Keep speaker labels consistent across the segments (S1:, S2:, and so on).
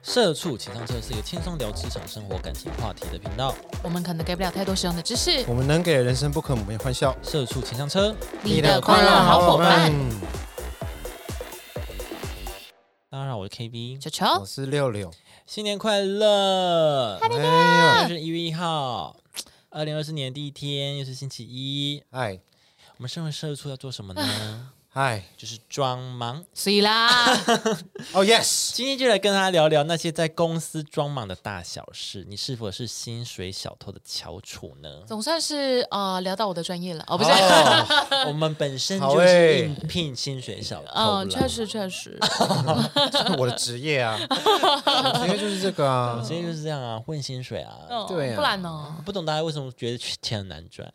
S1: 社畜情商车是一个轻松聊职场、生活、感情话题的频道。
S2: 我们可能给不了太多实用的知识，
S3: 我们能给人生不可磨灭欢笑。
S1: 社畜情商车，
S2: 你的快乐好伙伴，
S1: 大家好，我是 KB，
S2: 球
S3: 我
S2: 球，
S3: 是六六。
S1: 新年快乐！
S3: 哎呀，
S1: 今天是一月一号，二零二四年第一天，又是星期一。
S3: 嗨
S1: 我们身为社畜要做什么呢？
S3: 嗨，
S1: 就是装忙。
S2: 所以啦，
S3: 哦 yes，
S1: 今天就来跟大家聊聊那些在公司装忙的大小事。你是否是薪水小偷的翘楚 呢？
S2: 总算是呃聊到我的专业了，哦不是，
S3: 哦，
S1: 我们本身
S3: 好
S1: 就是
S3: 欸
S1: 应聘薪水小偷啦
S2: 嗯，确实 确实，
S3: 这是我的职业啊，我的职业就是这个
S1: 我
S3: 啊。
S1: 今天就是这样啊，混薪水啊。
S2: 嗯
S3: 对啊
S2: 不然呢？
S1: 不懂大家为什么觉得钱很难 赚？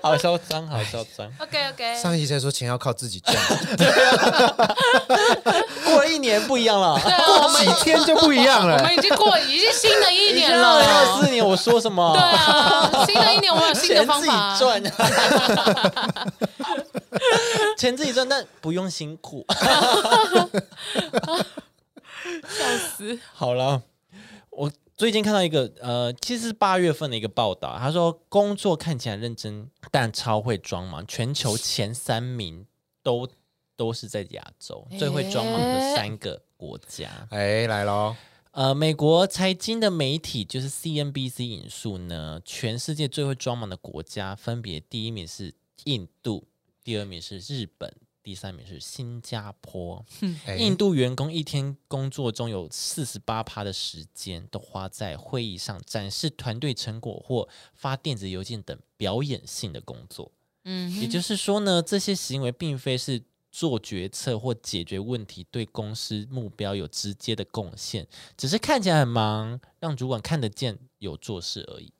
S1: 好嚣张，好嚣张！
S2: OK OK，
S3: 上一集才说钱要靠自 己赚，
S1: 过了一年不一样了，
S3: 过几天就不一样
S2: 我
S3: 了。
S2: 们已经过已经新的一年
S1: 二零二
S2: 了，
S1: 四年我说什么？
S2: 对啊，新的一年我们有新的
S1: 钱
S2: 方
S1: 自己
S2: 法，
S1: 赚， 钱自己赚，但不用辛苦。
S2: 笑死，
S1: 好了，我最近看到一个呃，其实是八月份的一个报道，他说工作看起来认真，但超会装忙，全球前三名都都是在亚洲最会装忙的三个国家。
S3: 哎，来喽，
S1: 呃，美国财经的媒体就是 CNBC 引述呢，全世界最会装忙的国家分别第一名是印度，第二名是日本，第三名是新加坡。
S3: 哎
S1: 印度员工一天工作中有四十八趴的时间都花在会议上展示团队成果或发电子邮件等表演性的工作。
S2: 嗯
S1: 也
S2: 哼，
S1: 就是说呢，这些行为并非是做决策或解决问题对公司目标有直接的贡献，只是看起来很忙，让主管看得见有做事而已。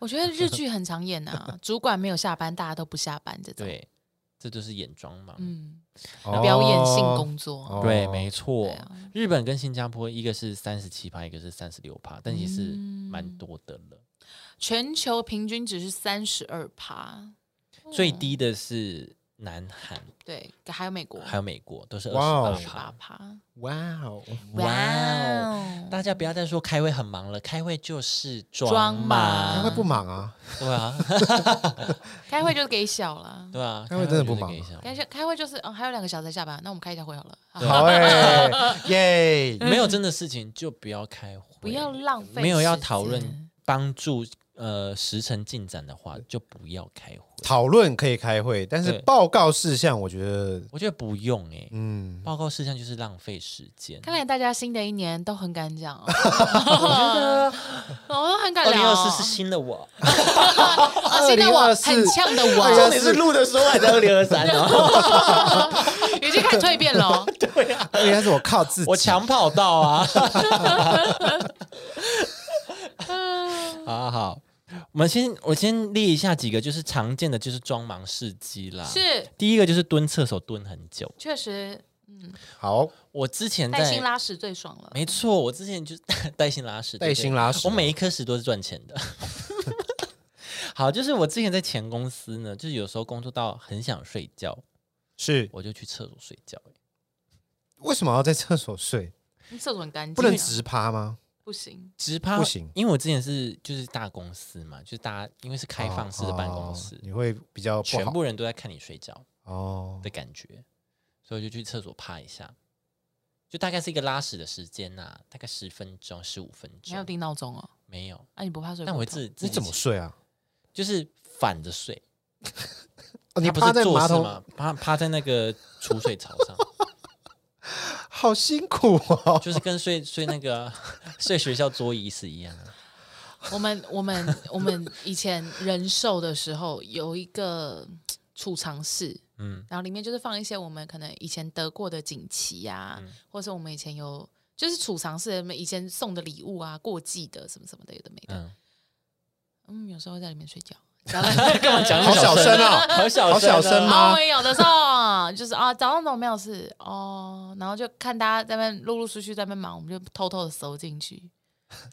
S2: 我觉得日剧很常 演啊，主管没有下班，大家都不下班这种，
S1: 对，啊这就是眼妆忙。
S2: 嗯，
S3: 哦
S2: 表演性工作，
S3: 哦
S1: 对，没错。
S2: 对啊
S1: 日本跟新加坡，一个是三十七趴，一个是三十六趴，但也是
S2: 嗯
S1: 蛮多的了。
S2: 全球平均值是三十二趴，哦
S1: 最低的是南韩，
S2: 对，还有美国
S1: 还有美国，都是
S3: 哇
S1: 二
S3: 哦
S1: 十
S2: 八
S1: 八
S2: 趴，
S3: 哇哦，
S1: 趴。哇哦！
S2: 哦
S1: 大家不要再说开会很忙了，开会就是
S2: 装
S1: 装
S2: 忙
S1: 忙
S3: 开会不忙啊？
S1: 对啊，
S2: 开会就是给小了。
S1: 对 啊，
S3: 开会真的不忙
S1: 开会就是给
S2: 开
S1: 一下
S2: 下开会就是，嗯，还有两个小时才下班，那我们开一下会好了。啊
S3: 好哎， 耶！
S1: 没有真的事情就不要开会，
S2: 嗯不要浪费，
S1: 没有要讨论。帮助呃时程进展的话，就不要开会。
S3: 讨论可以开会，但是
S1: 对
S3: 报告事项，我觉得，
S1: 我觉得不用哎、
S3: 嗯，
S1: 报告事项就是浪费时间。
S2: 看来大家新的一年都很敢 讲哦，我都很敢
S1: 二零
S2: 聊
S1: 二
S2: 哦。
S1: 四是新的 我，
S2: 哦新的我
S3: 2024
S2: 很呛的
S3: 哎呀
S2: 我，
S1: 重点是录的时候还在二 零二三
S3: 啊
S1: 呢，
S2: 已经开始蜕变了哦。
S3: 应该是我靠自 己，
S1: 我抢跑道 啊！好好好，我们先我先列一下几个就是常见的就是装忙事迹啦。
S2: 是，
S1: 第一个就是蹲厕所蹲很久，
S2: 确实
S3: 好
S1: 我之前
S2: 带
S1: 在
S2: 薪拉屎最爽了。
S1: 没错，我之前就是 带薪拉屎，对
S3: 带薪拉屎
S1: 我
S3: 啊
S1: 每一颗屎都是赚钱的。 好，就是我之前在前公司呢，就是有时候工作到很想睡觉，
S3: 是
S1: 我就去厕所睡觉、欸
S3: 为什么要在厕所睡？
S2: 厕所很干净，啊
S3: 不能直趴吗？
S2: 不行。
S1: 直趴
S3: 不行
S1: 因为我之前是就是大公司嘛，就是大家因为是开放式的办公室，
S3: 哦你会比较不
S1: 全
S3: 好
S1: 部人都在看你睡觉
S3: 哦。
S1: 的感觉，所以我就去厕所趴一下，就大概是一个拉屎的时间呐、啊大概十分钟、十五分
S2: 你还有
S1: 钟，
S2: 定闹钟哦？
S1: 没有，
S2: 那你不怕睡过头？
S1: 但我会自自己
S3: 你怎么睡啊？
S1: 就是反着睡。
S3: 哦你
S1: 他不
S3: 趴
S1: 是
S3: 在
S1: 坐
S3: 马
S1: 式
S3: 桶，
S1: 吗？趴趴在那个储水槽 上，
S3: 好辛苦哦。
S1: 就是跟睡睡那个啊睡学校桌椅是一样啊的。
S2: 我们我们我们以前人寿的时候有一个嘖储藏室，
S1: 嗯，
S2: 然后里面就是放一些我们可能以前得过的锦旗呀，
S1: 嗯
S2: 或是我们以前有就是储藏室我们以前送的礼物啊、过季的什么什么的，有的没的。
S1: 嗯，
S2: 嗯，有时候会在里面睡 觉。
S1: 干嘛讲那
S3: 好
S1: 么
S3: 小声
S1: 啊？
S3: 啊！
S1: 好小
S3: 好小
S1: 声
S3: 声
S1: 啊
S3: 吗
S2: 啊，我也有的时候就是啊，早上怎么没有事哦，然后就看大家在那边陆陆续续在那边忙，我们就偷偷的搜进去。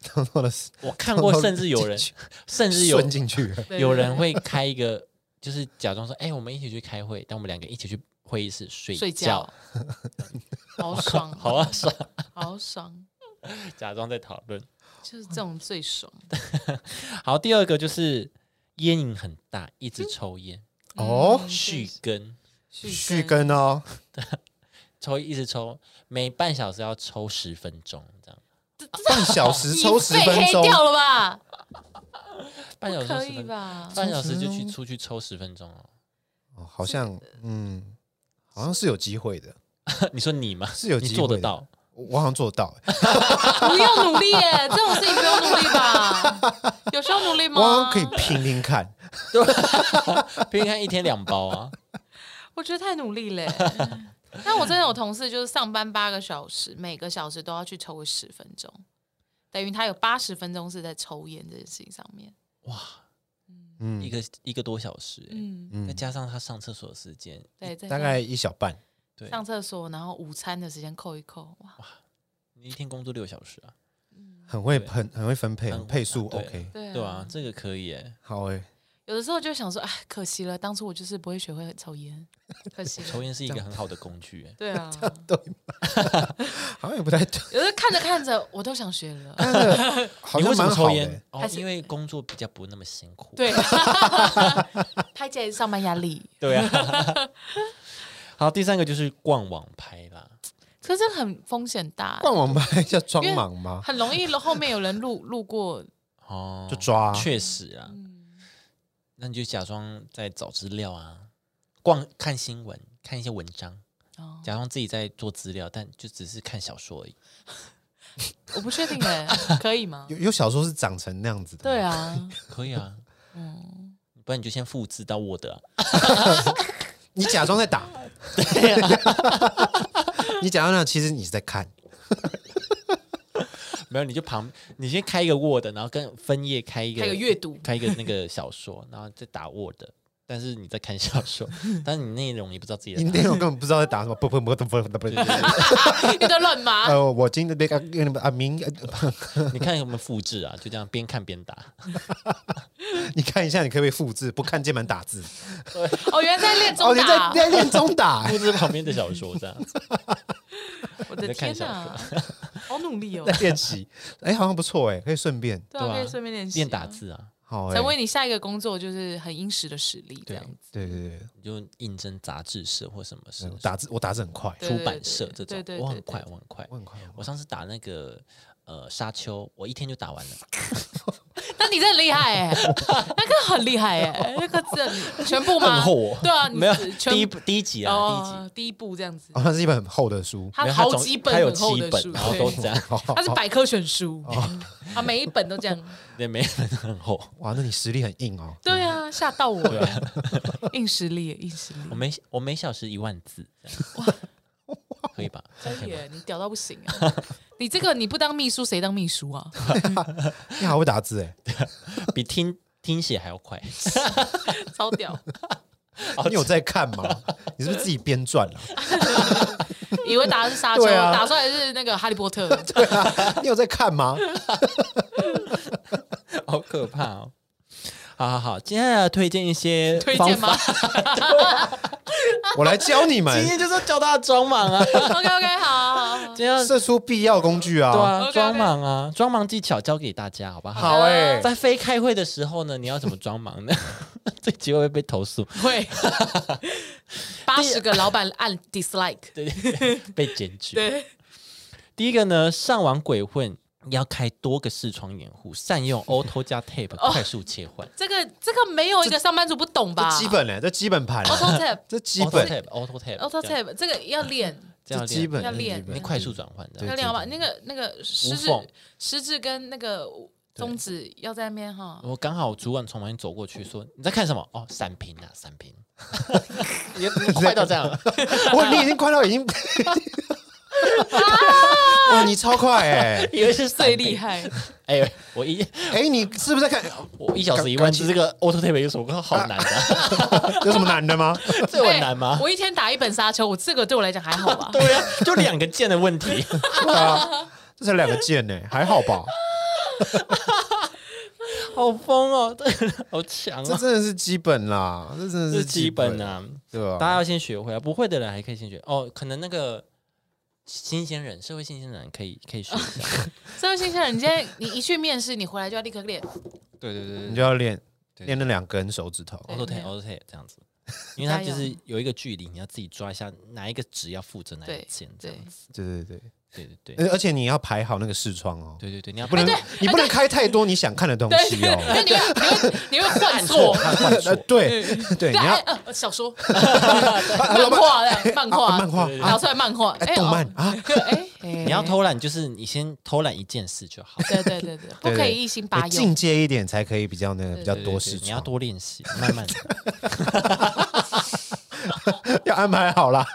S3: 偷偷的
S1: 我 看 过，甚至有人，甚至有
S3: 顺进去了，
S2: 对
S1: 有人会开一个，就是假装说，哎，我们一起去开会，但我们两个一起去会议室睡
S2: 睡觉，好爽，哦
S1: 好啊，爽，
S2: 好爽，
S1: 假装在讨论。
S2: 就是这种最爽。
S1: 好，第二个就是烟瘾很大，一直抽烟，
S3: 哦
S2: 嗯
S1: 续根，
S3: 续，根哦，
S1: 抽一直抽，每半小时要抽十分钟，这样
S3: 半小时抽十分钟
S2: 你肺黑，掉了吧？
S1: 半小时
S2: 可
S1: 十
S2: 以
S1: 分钟，
S2: 吧？
S1: 半小时就去
S3: 抽10分钟
S1: 出去抽十分钟 哦。
S3: 哦好像嗯，好像是有机会的，
S1: 你说你吗？
S3: 是有
S1: 你
S3: 机
S1: 做
S3: 会
S1: 得
S3: 的
S1: 到？
S3: 我我好像做得到，欸
S2: 不用努力耶，这种事情不用努力吧？有需要努力
S3: 我好
S2: 吗？
S3: 像可以拼拼 看，
S1: 平均看一天两包 啊，
S2: 我觉得太 努力嘞。但我真的有同事，就是上班八个小时，每个小时都要去抽十分钟，等于他有八十分钟是在抽烟这件事情上面。
S1: 一
S3: 嗯
S1: 个一个多小时、欸，
S2: 嗯，
S1: 再
S3: 嗯，
S1: 加上他上厕所的时间，
S2: 对，在
S3: 大概一小半，
S1: 对，
S2: 上厕所，然后午餐的时间扣一扣，哇，
S1: 你一天工作六小时啊，
S2: 嗯
S3: 很会
S1: 对
S3: 很很会分配，
S1: 很
S3: 配速
S1: 对
S3: OK，
S2: 对啊，
S1: 对啊，这个可以、欸，
S3: 好诶，
S2: 有的时候就想说，哎，可惜了，当初我就是不会学会抽 烟，可惜
S1: 抽
S2: 了。
S1: 烟是一个很好的工具、欸，
S2: 对啊，
S3: 好像也不太对，
S2: 有的看着看着我都想学 了。啊
S3: 但是好
S1: 你
S3: 像
S1: 为什
S3: 蛮
S1: 么
S3: 好
S1: 抽
S3: 的
S1: 烟
S3: 欸，？
S1: 哦
S2: 还，是
S1: 因为工作比较不那么辛苦，啊
S2: 对， 排解上班压力，
S1: 对 啊。 好，第三个就是逛网拍啦，
S2: 可是很风险大，
S3: 逛网拍叫装
S2: 因为
S3: 忙吗？
S2: 很容易后面有人路路过，
S1: 哦，
S3: 就抓啊
S1: 确实啊，
S2: 嗯，
S1: 那你就假装在找资料啊，逛看新闻，看一些文章，
S2: 哦，
S1: 假装自己在做资料，但就只是看小说而已。
S2: 我不确定 哎，可以吗
S3: 有？有小说是长成那样子的，
S2: 对，啊，
S1: 可以啊，
S2: 嗯，
S1: 不然你就先复制到 Word 啊，
S3: 你假装在打，你假装那样，其实你是在看，
S1: 没有你就旁，你先开一个 Word，然后跟分页开一个
S2: 还有阅读，
S1: 开一个那个小说，然后再打 Word，但是你在看小说，但是你内容也不知道自己在
S3: 你
S1: 打
S3: 那种根本不知道在打什么，不不不不不不不，
S2: 一堆啊乱
S1: 哦
S2: 码，
S3: 呃，我今天那个跟你们啊明，
S1: 你看有没有复制啊？就这样边看边打，
S3: 你看一下，你可不可以复制？不看键盘打字，
S2: 哦，原来在练
S3: 哦，
S2: 中
S3: 你在
S2: 打
S3: 你，在练中打
S1: 复，制旁边的小说这样子。
S2: 我
S1: 你在
S2: 的
S1: 看
S2: 天哪， 好努力 哦
S3: 在，练习，哎，好像不错哎，可以顺便
S2: 对
S1: 对
S2: 啊，
S1: 啊
S2: 可以顺便练习啊
S1: 练打，字啊，
S3: 好哎
S2: 成，为你下一个工作就是很殷实的实力，这
S1: 对
S2: 样子，
S3: 对对对
S1: 你就应征杂志社或什么社
S3: 对，、嗯打字我打字很快，
S2: 对
S1: 出版社这
S2: 对
S1: 种
S2: 对对，
S1: 我很
S2: 对对
S1: 快，我很快
S3: 我。很快，
S1: 我上次打那个呃沙丘，我一天就打完了。
S2: 那你真的很厉害哎， 那个很厉害哎，那个这全部吗
S1: 很？厚哦
S2: 对啊，你
S1: 没有
S2: 全
S1: 第一部第一集啊，第一集
S2: 哦，第一部这样子
S3: 哦，，那是一本很厚的书，
S2: 它
S1: 没有
S2: 好
S1: 总
S2: 几
S1: 它
S2: 本
S1: 有
S2: 很厚
S1: 七
S2: 的
S1: 本，
S2: 书，
S1: 然后
S2: 对
S1: 都哦这样，
S2: 它是百科全书， 啊，每一本都这 样。
S1: 对，每一本都很厚。
S3: 哇，那你实力很硬哦，
S2: 对啊，吓到我了， 硬实力，硬实力
S1: 我，每我每小时一万字，这样可以吧？这样可
S2: 可
S1: 以
S2: 以
S1: 吗
S2: 耶，哎你屌到不行啊！你这个你不当秘书，谁当秘书啊？
S3: 你好会打字哎，
S1: 比听听写还要快。
S2: 超屌！
S3: 哦你有在看 吗？你是不是自己编撰了？
S2: 以为打的是沙丘，
S3: 对啊
S2: 打出来是那个哈利 波特。
S3: 你有在看吗？
S1: 好可怕哦！好好好，接下来要推荐一些
S2: 推
S1: 方
S2: 荐
S1: 法
S2: 吗。
S3: 我来教你们
S1: 今，天就是要教大家装忙啊！
S2: ？OK OK，好好好。
S1: 今天要
S3: 射出必要工具啊，
S1: 对啊，
S2: OK，OK
S1: 装忙啊，装忙技巧教给大家，好不好？欸
S3: 好哎、
S1: 在非开会的时候呢，你要怎么装忙呢？ 这集会不会被投诉，
S2: 会八十个老板按 dislike，
S1: 对对对，被检举。
S2: 对，
S1: 第一个呢，上网鬼混要开多个视窗掩护，善用 Auto 加 Tape 快速切换。
S2: 这个这个没有一个上班族不懂吧？
S3: 这基本呢、欸这基本盘、
S1: 哦
S2: auto tap
S3: 这基
S1: Auto
S3: 本，
S1: Tape Auto Tape
S2: auto
S1: 这样
S2: tap 这个要练，
S1: 这
S3: 这
S1: 样
S3: 基
S1: 基本
S3: 本，
S2: 要
S3: 这
S2: 练
S3: 基本
S1: 你快速转换这
S3: 对
S1: 样。
S2: 要练好吧？那个那个食指
S1: 缝
S2: 食指跟那个中指要在那边哈，
S1: 我刚好主管从旁边走过去说：“你在看什么？”哦，闪屏啊，闪屏，你你快到这样了。
S3: 哇，你已经快到已 经，哇，你超快哎、
S1: 以为是
S2: 最厉。害，
S1: 哎、我一
S3: 哎、你是不是在看？
S1: 我一小时一万字，这个 Auto Tape 有什么好难的、啊？
S3: 有什么难的吗？
S1: 这很难吗
S2: 哎？我一天打一本沙丘，我这个对我来讲还好吧？
S1: 对啊，就两个键的问题。
S3: 欸对啊，这才两个键呢、还好吧？
S1: 好疯哦，对， 好强
S3: 这
S1: 哦，
S3: 真的是基本啦，这真的
S1: 这是基
S3: 基
S1: 本
S3: 啊，
S1: 啊，
S3: 对吧、
S1: 大家要先学会啊，不会的人还可以先学哦，可能那个新鲜人，社会新鲜人可以可以学一下，
S2: 社会新鲜人，你今天你一去面试，你回来就要立刻练。
S4: 对对对
S3: 你
S4: 对
S3: 就要练
S4: 对
S3: 练那两根手指头。
S1: auto t a
S2: 没有
S1: auto t a 嗯这样子，因为它
S2: 加
S1: 就
S2: 油
S1: 是有一个距离，你要自己抓一下哪一个值要附着哪一个
S2: 对
S1: 键这
S2: 对
S1: 样子，
S3: 对对对，
S1: 对对对
S3: 而而且你要排好那个视窗哦，
S1: 对对哎对，你要
S3: 哎不能你不能开太多你想看的东
S2: 对，
S3: 西
S2: 对
S3: 哦。，
S2: 对你会你会你会换
S1: 错
S2: 错。
S1: 看换错
S3: 对对，
S2: 对，
S3: 你要
S2: 哎呃小说、漫画这样，漫画、
S3: 啊漫画
S2: 聊
S3: 啊，
S2: 出来漫画，哎
S3: 动漫
S2: 哦
S3: 啊，
S2: 哎，你
S1: 你要偷懒就是你先偷懒一件事就好，
S2: 对对对对，不
S3: 对对哎
S2: 可以一心八
S3: 对
S2: 用
S3: 进。阶一点才可以比较那个比较
S1: 对对
S3: 多
S1: 对
S3: 视窗，
S1: 你要多练习，慢慢的
S3: 要安排好 啦。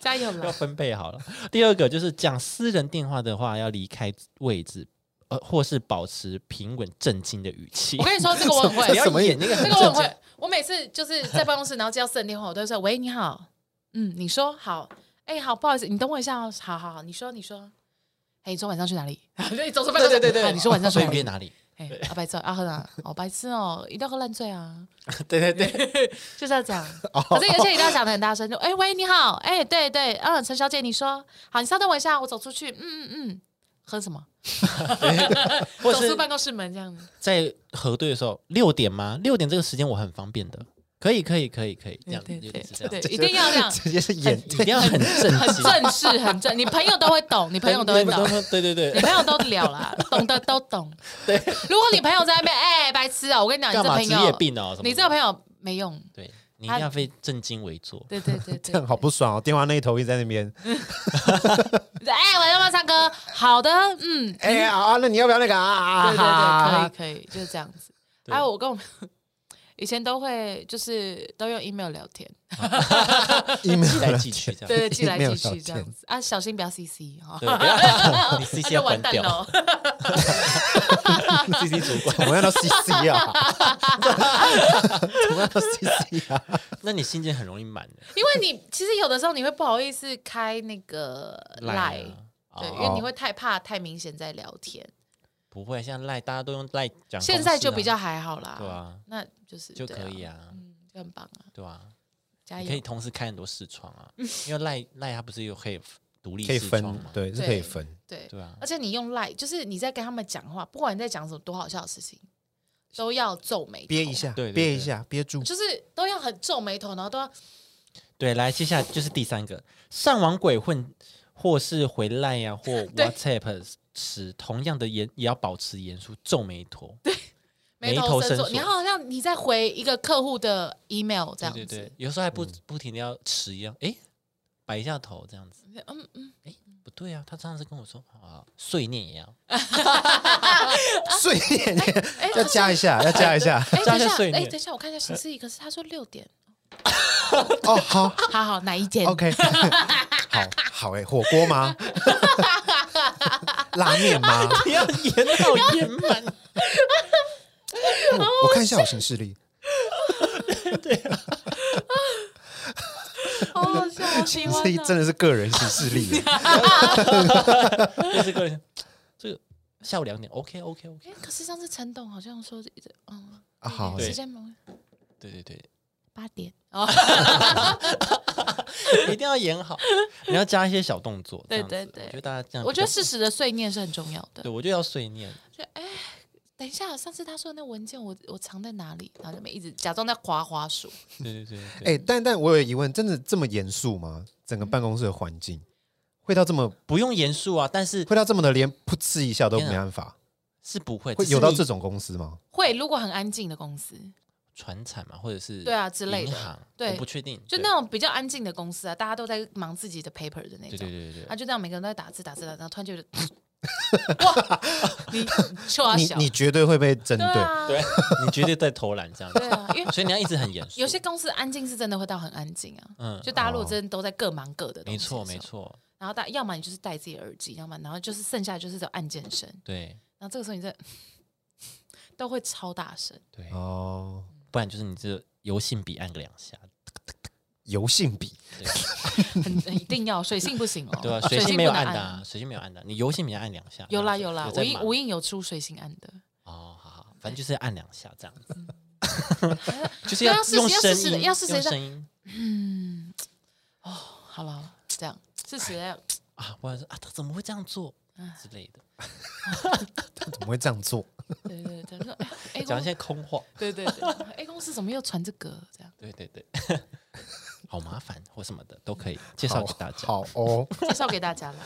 S2: 加油
S1: 要
S2: 了，
S1: 分配好了。第二个就是讲私人电话的话，要离开位置，呃，或是保持平稳正经的语气
S2: 我。跟你说，这个我
S1: 你
S2: 很会，
S1: 要
S3: 什么
S1: 演那个
S2: 这
S1: 很
S2: 个我很
S1: 正经
S2: 会。我每次就是在办公室，然后接到私人电话，我都会说：“喂，你好，嗯，你说好，哎，好，不好意思，你等我一下哦，好好好，你说，你说，哎，你说晚上去哪里？对，走出办公室，对对对，啊你说晚上去
S1: 所以
S2: 哪
S1: 你
S2: 里
S1: 练？哪里？
S2: 哎，啊白痴啊，喝哪？哦，白痴哦，一定要喝烂醉啊，
S1: 对对对，
S2: 就是要这样。
S1: 哦
S2: 可是有些一定要讲的很大声，就哎喂，你好，哎，对对，嗯，陈小姐，你说好，你稍等我一下，我走出去，嗯嗯嗯，喝什么？
S1: 或
S2: 走
S1: 是
S2: 出办公室门这样子。”
S1: 在核对的时候，六点吗？六点这个时间我很方便的，可以可以可以可以，这样
S2: 对
S1: 有
S2: 对
S1: 点是这
S2: 对
S1: 样，
S2: 对，一定要 这样，
S3: 直接是演
S1: 一定要很正
S2: 很
S1: 经，
S2: 正式，很正。你朋友都会懂，你朋友都会啊懂，
S1: 对对
S2: 你
S1: 对，
S2: 朋友都了啦，懂的都懂。
S1: 对，
S2: 如果你朋友在那边，哎，白痴啊！我跟你讲，你
S1: 干
S2: 这
S1: 嘛
S2: 朋
S1: 职业
S2: 友，
S1: 病哦？什么的
S2: 你这个朋友没用。
S1: 对，你一定要非正经为坐。
S2: 对对对
S3: 这
S2: 对
S3: 样，好不爽哦！电话那一头一直在那边，
S1: 嗯
S2: 哎，我要不要唱歌？好的，嗯，
S3: 哎啊，那你要不要那个啊？
S2: 对对对，可以可以，就是这样子。
S1: 对
S2: 还有我跟我们以前都会就是都用 email 聊天，
S3: 以，email
S1: 寄来寄去这样，
S2: 对对，寄来
S3: email
S2: 寄
S3: 聊
S2: 去这
S3: 天
S2: 样子啊，小心不要 CC 哈，
S1: 对，不 要你
S2: 那
S1: CC
S2: 就
S1: 要
S2: 完
S1: 关
S2: 蛋
S1: 掉
S2: 了。
S1: ，CC 主管。
S3: 怎么样到 CC 啊？怎么样到 CC 啊？
S1: 那你信件很容易满的，
S2: 因为你其实有的时候你会不好意思开那个 line，
S1: 啊
S2: 对，因
S1: 哦
S2: 为你会太怕太明显在聊天。
S1: 不会，现在赖大家都用赖讲公司啊，
S2: 现在就比较还好啦，
S1: 对啊，
S2: 那就是
S1: 就可以
S2: 对啊，
S1: 啊，
S2: 嗯，就很棒啊，
S1: 对啊，
S2: 加
S1: 你可以
S2: 油！
S1: 同时开很多视窗啊，因为赖赖它不是有可以独立
S3: 可以
S1: 视窗
S3: 分
S1: 嘛，，
S3: 对，是可以分。
S2: 对，
S1: 对啊，
S2: 而且你用 line，就是你在跟他们讲话，不管你在讲什么多好笑的事情，都要皱眉头
S3: 憋一，下，
S1: 对对
S3: 憋一
S1: 对
S3: 下，憋住。
S2: 就是都要很皱眉头，然后都要
S1: 对，来，接下来就是第三个，上网鬼混或是回赖呀、或
S2: 对
S1: WhatsApp 时，同样的严也要保持严肃，皱眉头，眉头
S2: 头
S1: 深
S2: 深
S1: 锁
S2: 你好像你在回一个客户的 email 这
S1: 对
S2: 样
S1: 对
S2: 子
S1: 对，，有时候还
S3: 嗯
S1: 不不停的要迟疑，哎，摆一下头这样子，
S2: 嗯嗯，
S1: 不对啊，他上次跟我说啊，碎念也要，啊
S3: 碎一点点，
S2: 哎，
S3: 要加一下，要加一下。
S2: 哎，
S1: 加
S2: 等
S1: 一
S2: 一
S1: 下
S2: 下，
S1: 碎
S2: 哎，
S1: 念
S2: 等一下，我看一下十四亿，可是他说六点，
S3: 哦，好
S2: 好好，哪一间？
S3: ，OK，好好哎，火锅吗？ 拉面吗？
S1: 不 要严到严满，
S3: 嗯我看一下我行事历，
S2: 好好笑，我喜
S3: 行
S2: 欢
S3: 事历
S2: 啊
S3: 真的是个人行事 历。
S1: 就是个人，这个下午两点，OK OK OK，
S2: 哎，可是上次陈董好像说，嗯，
S3: 啊好
S1: 对
S2: 时间吗？
S1: 对对对，
S2: 八点哦，
S1: 一定要演好， 你要加一些小动作，这样子
S2: 对对对
S1: 我觉得大家这样比较，
S2: 我觉得适时的碎念是很重要的
S1: 对。我就要碎念，
S2: 等一下，上次他说的那文件我我藏在哪里？然后那边一直假装在划滑鼠，
S1: 对对 对，对
S3: 哎，但但我有疑问，真的这么严肃吗？整个办公室的环境会到这么
S1: 不用严肃啊，但是
S3: 会到这么的连噗嗤一下都
S1: 天
S3: 没
S1: 啊
S3: 办法？
S1: 是不会
S3: 会
S1: 只是
S3: 有到
S1: 你
S3: 这种公司吗？
S2: 会如果很安静的公司，
S1: 传产嘛，或者是
S2: 对啊之类的
S1: 银行，
S2: 对
S1: 我不确定，
S2: 就
S1: 对
S2: 那种比较安静的公司啊，大家都在忙自己的 paper 的那
S1: 对对
S2: 种，
S1: 对对
S2: 啊，
S1: 对，
S2: 就这样每个人都在打字打字打字，然后突然就觉 得哇，你臭啊
S3: 你
S2: 小，
S3: 你绝对会被针
S2: 对
S3: 对。
S2: 啊，
S1: 对你绝对在偷懒这样子
S2: 对，啊，因为
S1: 所以你要一直很严肃，
S2: 有些公司安静是真的会到很安静啊。
S1: 嗯，
S2: 就大家如果真的都在各忙各的东
S1: 没
S2: 西的时候，
S1: 错没错，
S2: 然后大要么你就是戴自己的耳机，要么然后就是剩下就是这种按键声，
S1: 对
S2: 然后这个时候你在都会超大声，
S1: 对，
S3: 哦，
S1: 不然就是你这油性笔按个两下，
S3: 油性笔，
S2: 很很一定要水性不行哦，
S1: 对啊，
S2: 水
S1: 水性
S2: 性
S1: 没有
S2: 不能
S1: 按的啊，水性没有按的啊，你油性笔要按两下，
S2: 有啦
S1: 这样
S2: 有
S1: 子在
S2: 啦，我印
S1: 忙
S2: 我印有出水性按的，
S1: 哦，好好，反正就是按两下这样子，
S2: 嗯
S1: 就是
S2: 对
S1: 要
S2: 要试
S1: 用
S2: 要
S1: 声
S2: 试试的
S1: 音，
S2: 要试试
S1: 用
S2: 一下
S1: 声音
S2: 哦好了好了，这样是实 在
S1: 啊，或者说啊，他怎么会这样做之类的，
S3: 怎么会这样做？
S2: 对对对，说哎 A
S1: 讲
S2: 公
S1: 一些空话，
S2: 对对对，A 公司怎么又传这个？这样
S1: 对对 对，好麻烦或什么的都可以介绍给大家。
S3: 好哦，
S2: 介绍给大家了，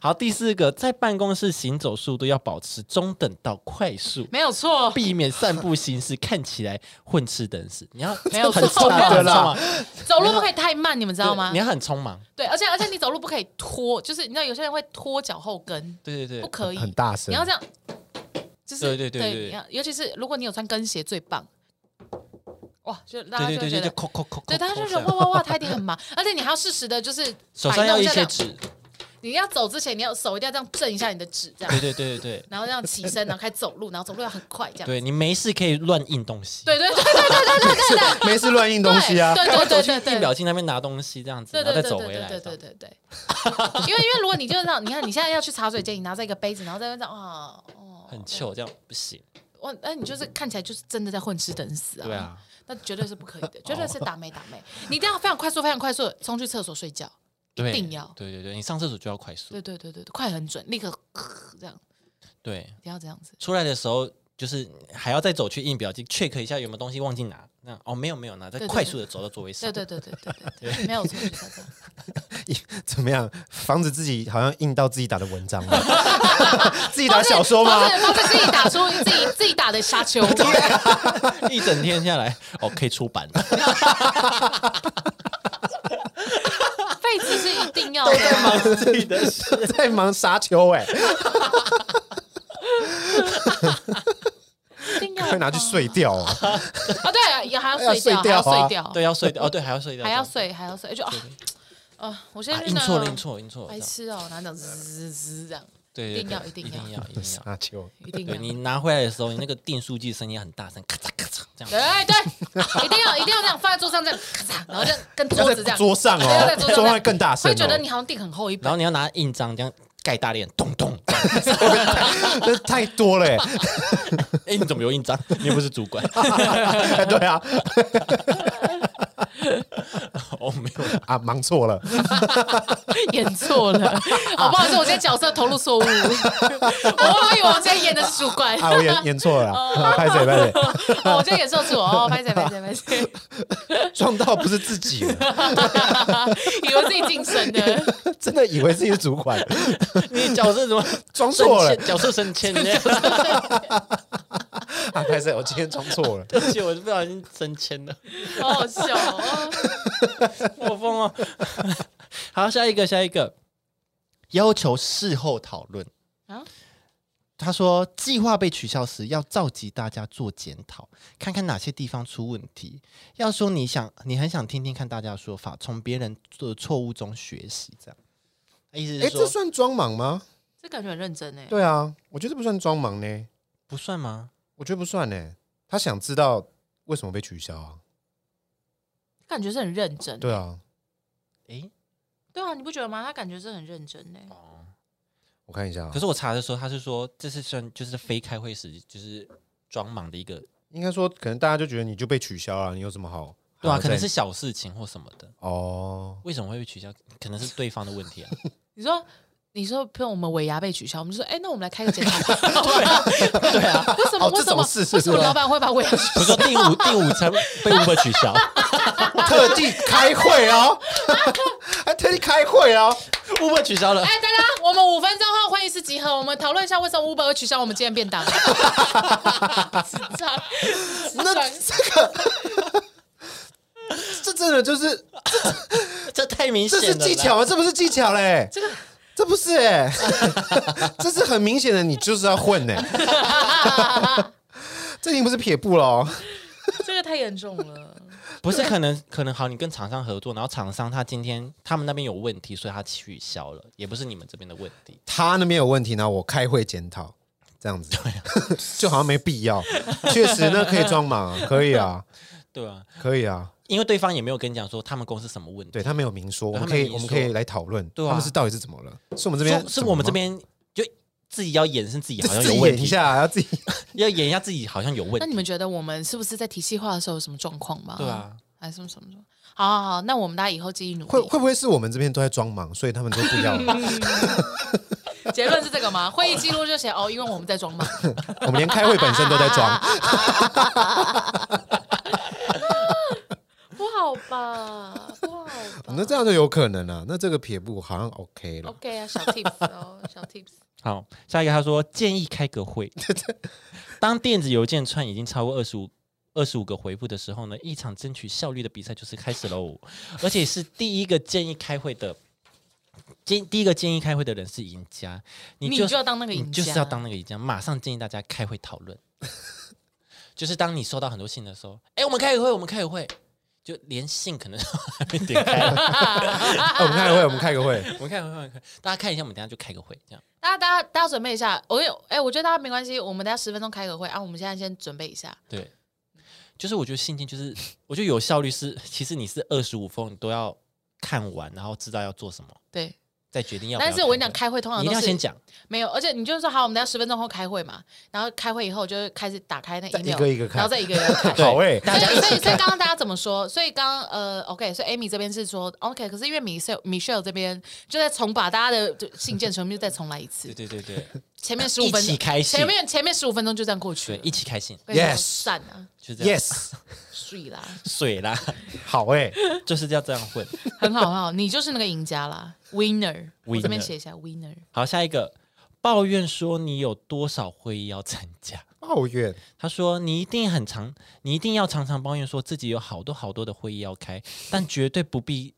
S1: 好，第四个，在办公室行走速度要保持中等到快速，
S2: 没有错，
S1: 避免散步形式看起来混吃等死。你要
S2: 没有
S1: 很
S2: 错
S1: 匆忙，
S2: 没有
S1: 很匆
S3: 错
S1: 忙，
S2: 走路不可以太慢，你们知道吗
S1: 对你？要很匆忙，
S2: 对，而且而且你走路不可以拖，就是你知道有些人会拖脚后跟，
S1: 对对
S2: 不
S1: 对，
S2: 可以，
S3: 很大声
S2: 你要这样，就是
S1: 对对对对
S2: 你要尤其是如果你有穿跟鞋最棒，哇，就大
S1: 对
S2: 家
S1: 对对对，
S2: 就会觉
S1: 就
S2: 得。
S1: 扣扣扣，
S2: 对，大家就
S1: 扣
S2: 觉得哇哇哇，他一定很忙，而且你还要适时的，就是
S1: 手
S2: 摆
S1: 上要
S2: 弄
S1: 一
S2: 一下这
S1: 些
S2: 样。
S1: 纸，
S2: 你要走之前，你要手一定要这样震一下你的指，这样，
S1: 对对对对对。
S2: 然后这样起身，然后开始走路，然后走路要很快，这样。
S1: 对你没事可以乱印东西，
S2: 对对对对对对对对对，
S3: 没事乱印东西啊。
S2: 对
S1: 我
S2: 对
S1: 走
S2: 对
S1: 去
S2: 对对
S1: 地表镜那边拿东西这样子，
S2: 对
S1: 然后
S2: 对
S1: 再
S2: 对
S1: 走
S2: 对
S1: 回来。
S2: 对对对对对。因为因为如果你就这样，你看你现在要去茶水间，你拿着一个杯子，然后在那边这样啊哦，
S1: 很糗，这样不行。
S2: 哇，那你就是看起来就是真的在混吃等死啊。
S1: 对，啊，
S2: 那绝对是不可以的，绝对是打妹打妹。你一定要非常快速，非常快速地冲去厕所睡觉。
S1: 对，
S2: 定要
S1: 对对对，你上厕所就要快速
S2: 对。对对对对，快很准，立刻这样，
S1: 对，
S2: 一定要这样子。
S1: 出来的时候就是还要再走去印表机 check 一下有没有东西忘记拿。那哦，没有没有拿，再
S2: 对对
S1: 快速的走到座位上。
S2: 对对对对对对对，没有错，就是要这样。
S3: 怎么样？防止自己好像印到自己打的文章了， 自己打小说吗？
S2: 都是自己打出自己自己打的沙丘。
S1: 一整天下来，哦，可以出版了。
S2: 痱子是一定要的啊，
S1: 自己的事
S3: 在忙沙丘哎，
S2: 一定要
S3: 快拿去碎掉哦！
S2: 啊！对啊，也还要
S3: 要
S2: 碎掉，
S3: 碎掉
S2: 还要碎
S3: 啊
S2: 掉，
S1: 对要碎掉哦，对还要碎掉，
S2: 还要
S1: 这样
S2: 碎，还要碎，就啊啊！我现
S1: 啊
S2: 在
S1: 印错了，印错了，印错了。这
S2: 白
S1: 样
S2: 痴哦，然后这样滋滋滋这样，
S1: 对，对
S2: 一定要
S1: 对
S2: 一定
S1: 一定要，一 定要。
S3: 沙丘，
S2: 一定要
S1: 对。你拿回来的时候，你那个订书机声音很大声，咔嚓咔嚓这样。
S2: 对对，啊一定要一定要这样放在桌上这样咔嚓，然后这样跟
S3: 要
S2: 桌子这
S3: 在
S2: 样，
S3: 桌上
S2: 对要
S3: 哦
S2: 在桌，上
S3: 桌上会更大声
S2: 会
S3: 哦。
S2: 觉得你好像订很厚一
S1: 然
S2: 本，
S1: 后你要拿印章这样盖大脸，咚咚。
S3: 这太多了哎，
S1: 哎，你怎么有印章？你又不是主管。
S3: 对啊，
S1: 哦，没有啦，
S3: 啊，忙错了，
S2: 演错了。 哦，不好意思，我今天角色投入错误，我 以为我今天演的是主管，
S3: 啊，我演演错了啦，拍谁拍谁，
S2: 哦我今天演错错哦，拍谁拍谁拍谁，
S3: 撞到不是自己了，
S2: 啊以为自己晋升的。
S3: 真的以为自己是主管，
S1: 你角色怎么
S3: 装
S1: 升
S3: 错了
S1: 迁角色升迁呢？
S3: 啊，拍谁？我今天装错了，
S1: 对不起，我不小心升迁了，
S2: 好好笑哦！
S1: 我疯了。好，下一个，下一个，要求事后讨论。
S2: 啊，
S1: 他说，计划被取消时要召集大家做检讨，看看哪些地方出问题。要说你想，你很想听听看大家的说法，从别人的错误中学习，这样。意思
S3: 哎，
S1: 是
S3: 这
S1: 说
S3: 算装忙吗？
S2: 这感觉很认真哎。
S3: 对啊，我觉得这不算装忙呢，
S1: 不算吗？
S3: 我觉得不算呢。他想知道为什么被取消啊？
S2: 感觉是很认真。
S3: 对啊，
S1: 诶，
S2: 对啊，你不觉得吗？他感觉是很认真欸呢。
S3: 哦我看一下啊
S1: 可，是我查的时候，他是说这是算就是非开会时就是装忙的一个，
S3: 应该说可能大家就觉得你就被取消了，你有什么好？
S1: 对啊，
S3: 好
S1: 可能
S3: 在
S1: 是小事情或什么的。
S3: 哦，
S1: 为什么会被取消？可能是对方的问 题啊。
S2: 你说，你说，譬如我们尾牙被取消，我们就说，哎，那我们来开个检讨会。
S1: 对啊，
S2: 为什么？
S3: 啊哦
S2: 为
S3: 这
S2: 什
S3: 种
S2: 么？
S3: 事是
S2: 为什么
S3: 吧
S2: 老板会把尾牙取消？
S1: 我说第五第五层被 Uber 取消
S3: 特地开会哦， 还特地开会哦，
S1: ，Uber 取消了
S2: 哎，大家，我们五分钟后会议室集合，我们讨论一下为什么 Uber 会取消我们今天便当。 智 障，
S3: 那这个。这真的就是，
S1: 这太明
S3: 这
S1: 显了
S3: 是
S1: 啦。
S3: 技巧啊，这不是技巧嘞，
S2: 这个
S3: 这不是哎、 这是很明显的，你就是要混呢、 这已经不是撇步了哦，
S2: 这个太严重了。
S1: 不是可能可能好，你跟厂商合作，然后厂商他今天他们那边有问题，所以他取消了，也不是你们这边的问题。
S3: 他那边有问题，然后我开会检讨，这样子，
S2: 啊
S3: 就好像没必要。确实，那可以装忙啊，可以啊，
S1: 对啊，
S3: 可以啊，
S1: 因为对方也没有跟你讲说他们公司什么问题，
S3: 对他没有明说，我
S1: 对
S3: 们
S1: 他
S3: 可
S1: 没有
S3: 以，
S1: 明
S3: 我们
S1: 说
S3: 可以来讨论，
S1: 对啊
S3: 他们是到底是怎么了？是我们这边
S1: 说是我们这边就自己要演示自己好像
S3: 自
S1: 有
S3: 己
S1: 问
S3: 演一
S1: 题，
S3: 下，啊要自己
S1: 要演一下自己好像有问题。
S2: 那你们觉得我们是不是在提细化的时候有什么状况吗？
S1: 对，啊，
S2: 还是什么什么什么？好好好，那我们大家以后继续努力。
S3: 会会不会是我们这边都在装忙，所以他们都不要？
S2: 结论是这个吗？会议记录就写哦，因为我们在装忙，
S3: 我们连开会本身都在装。
S2: 不好 吧？不好吧
S3: 那这样就有可能啊，那这个撇步好像 OK 了。
S2: ？OK 啊，小 tips 哦，小 tips。
S1: 好，下一个他说建议开个会。当电子邮件串已经超过二十五二十五个回复的时候呢，一场争取效率的比赛就是开始喽，而且是第一个建议开会的。建第一个建议开会的人是赢家， 你
S2: 你
S1: 就
S2: 就要当那个赢
S1: 你就是
S2: 家
S1: 要当那个赢家，马上建议大家开会讨论。 就是当你收到很多信的时候，哎、我们开个会，我们开个会，就连信可能都还没点开，
S2: 啊
S3: 哦我们开个会，我们开个会。
S1: 我们开个会，我们开个会大家看一下，我们等一下就开个会，这样
S2: 大家，大家，大家准备一下。我有，哎、我觉得大家没关系，我们等下十分钟开个会啊。我们现在先准备一下，
S1: 对。就是我觉得信件就是，我觉得有效率是，其实你是二十五封，你都要看完，然后知道要做什么，
S2: 对。
S1: 再决定要不要
S2: 但
S1: 开会。
S2: 是我跟你讲，开会通常
S1: 你一
S2: 都
S1: 定要
S2: 是
S1: 先讲，
S2: 没有，而且你就说好，我们等下十分钟后开会嘛。然后开会以后就会开始打开那
S3: 再
S2: email，
S3: 一个一个看
S2: 然后再一个一个看。
S3: 好诶、
S2: 所以，所以，所以刚刚大家怎么说？所以刚刚呃，OK，所以 Amy 这边是说 OK，可是因为 Michelle Michelle 这边就在重把大家的就信件全部再重来一次
S1: 对，对对 对
S2: 前面十五分
S1: 啊一起
S2: 钟
S1: 开信
S2: 前面前面十五分钟就这样过去
S1: 对，
S2: 了。
S1: 一起开心，
S2: 跟你讲
S3: Yes
S2: 散啊，
S1: 就这
S3: y e
S1: 样
S3: s
S2: 睡啦，
S1: 水啦，
S3: 好欸诶、
S1: 就是要这样混。
S2: 很好，很好，你就是那个赢家啦，winner。我这边
S1: Winner
S2: 写一下 winner。
S1: 好，下一个抱怨说你有多少会议要参加？
S3: 抱怨
S1: 他说你一定很常，你一定要常常抱怨说自己有好多好多的会议要开，但绝对不必。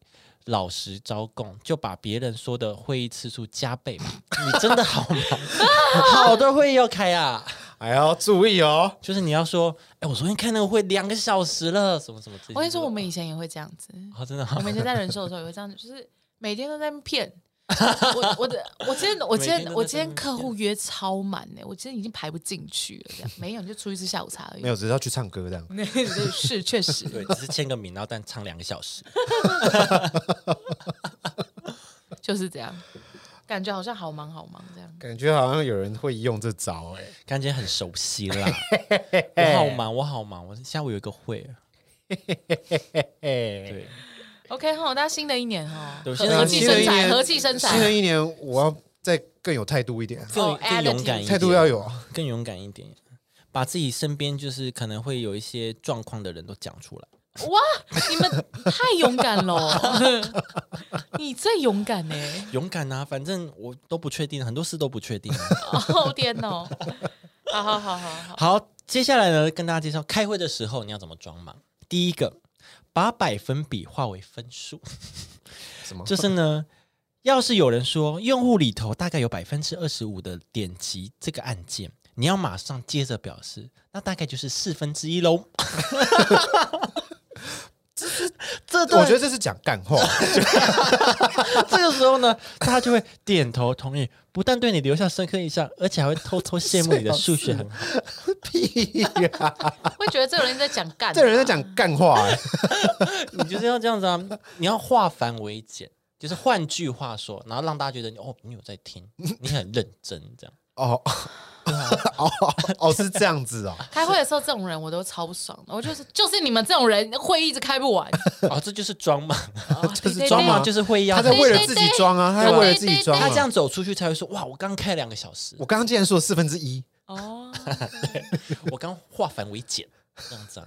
S1: 老实招供，就把别人说的会议次数加倍吧。你真的好忙， 好多会议要开啊！
S3: 哎呦，注意哦，
S1: 就是你要说，哎、我昨天开那个会两个小时了，什么什么之类的。
S2: 我跟你说，我们以前也会这样 子，
S1: 哦，真的
S2: 我
S1: 好，
S2: 们以前在人寿的时候也会这样子，就是每天都在那边 骗。我我的我今天我今
S1: 每天都在那
S2: 天
S1: 边
S2: 我今天客户约超满呢、我今天已经排不进去了， 这样没有你就出去吃下午茶而已。
S3: 没有，只是要去唱歌这样。
S2: 那 是确实，
S1: 对，只是签个名，然后但唱两个小时。
S2: 就是这样，感觉好像好忙好忙这样。
S3: 感觉好像有人会用这招哎、
S1: 感觉很熟悉啦。我好忙，我好忙，我下午有一个会。啊
S3: 哎
S2: 哦
S1: 对，
S2: OK 哈，大家新的一年哈，
S1: 对
S2: 和
S1: 新的一年
S2: 和气生财，和气生
S3: 新的
S2: 财。
S3: 一年我要再更有态度一点，
S1: 更
S2: 哦
S1: 更勇敢一
S2: attitude
S1: 点，
S3: 态度要有啊。
S1: 更勇敢一点，把自己身边就是可能会有一些状况的人都讲出来。
S2: 哇，你们太勇敢了， 你最勇敢欸呢、
S1: 勇敢啊，反正我都不确定，很多事都不确定啊。
S2: 哦天哦，好好好好好，
S1: 好，接下来呢，跟大家介绍开会的时候你要怎么装忙。第一个，把百分比化为分数。
S3: 什么？
S1: 就是呢，要是有人说用户里头大概有百分之二十五的点击这个按键，你要马上接着表示，那大概就是四分之一 喽。这
S3: 我
S1: 段
S3: 觉得这是讲干话，
S1: 这个时候呢， 大家就会点头同意，不但对你留下深刻印象，而且还会偷偷羡慕你的数学很 好。
S3: 屁呀！
S2: 会觉得这个人在讲干， 啊
S3: 这人在，讲干话哎、
S1: 你就是要这样子啊，你要化繁为简，就是换句话说，然后让大家觉得你哦，你有在 听，你很认真这样。
S3: 哦。 哦哦，是这样子哦，
S2: 开会的时候这种人我都超不爽的，我就是就是你们这种人会一直开不完，
S1: 哦，这就是装 忙，
S2: 哦
S3: 就是
S2: 对对
S1: 装忙
S3: 对
S1: 就是会要
S3: 他在为了自己装啊，他在为了自己装、啊。
S1: 他这样走出去才会说：“哇，我刚开两个小时
S3: 我，刚刚竟然说了四分之一，
S2: 哦，
S1: 我刚化繁为简，这样子啊。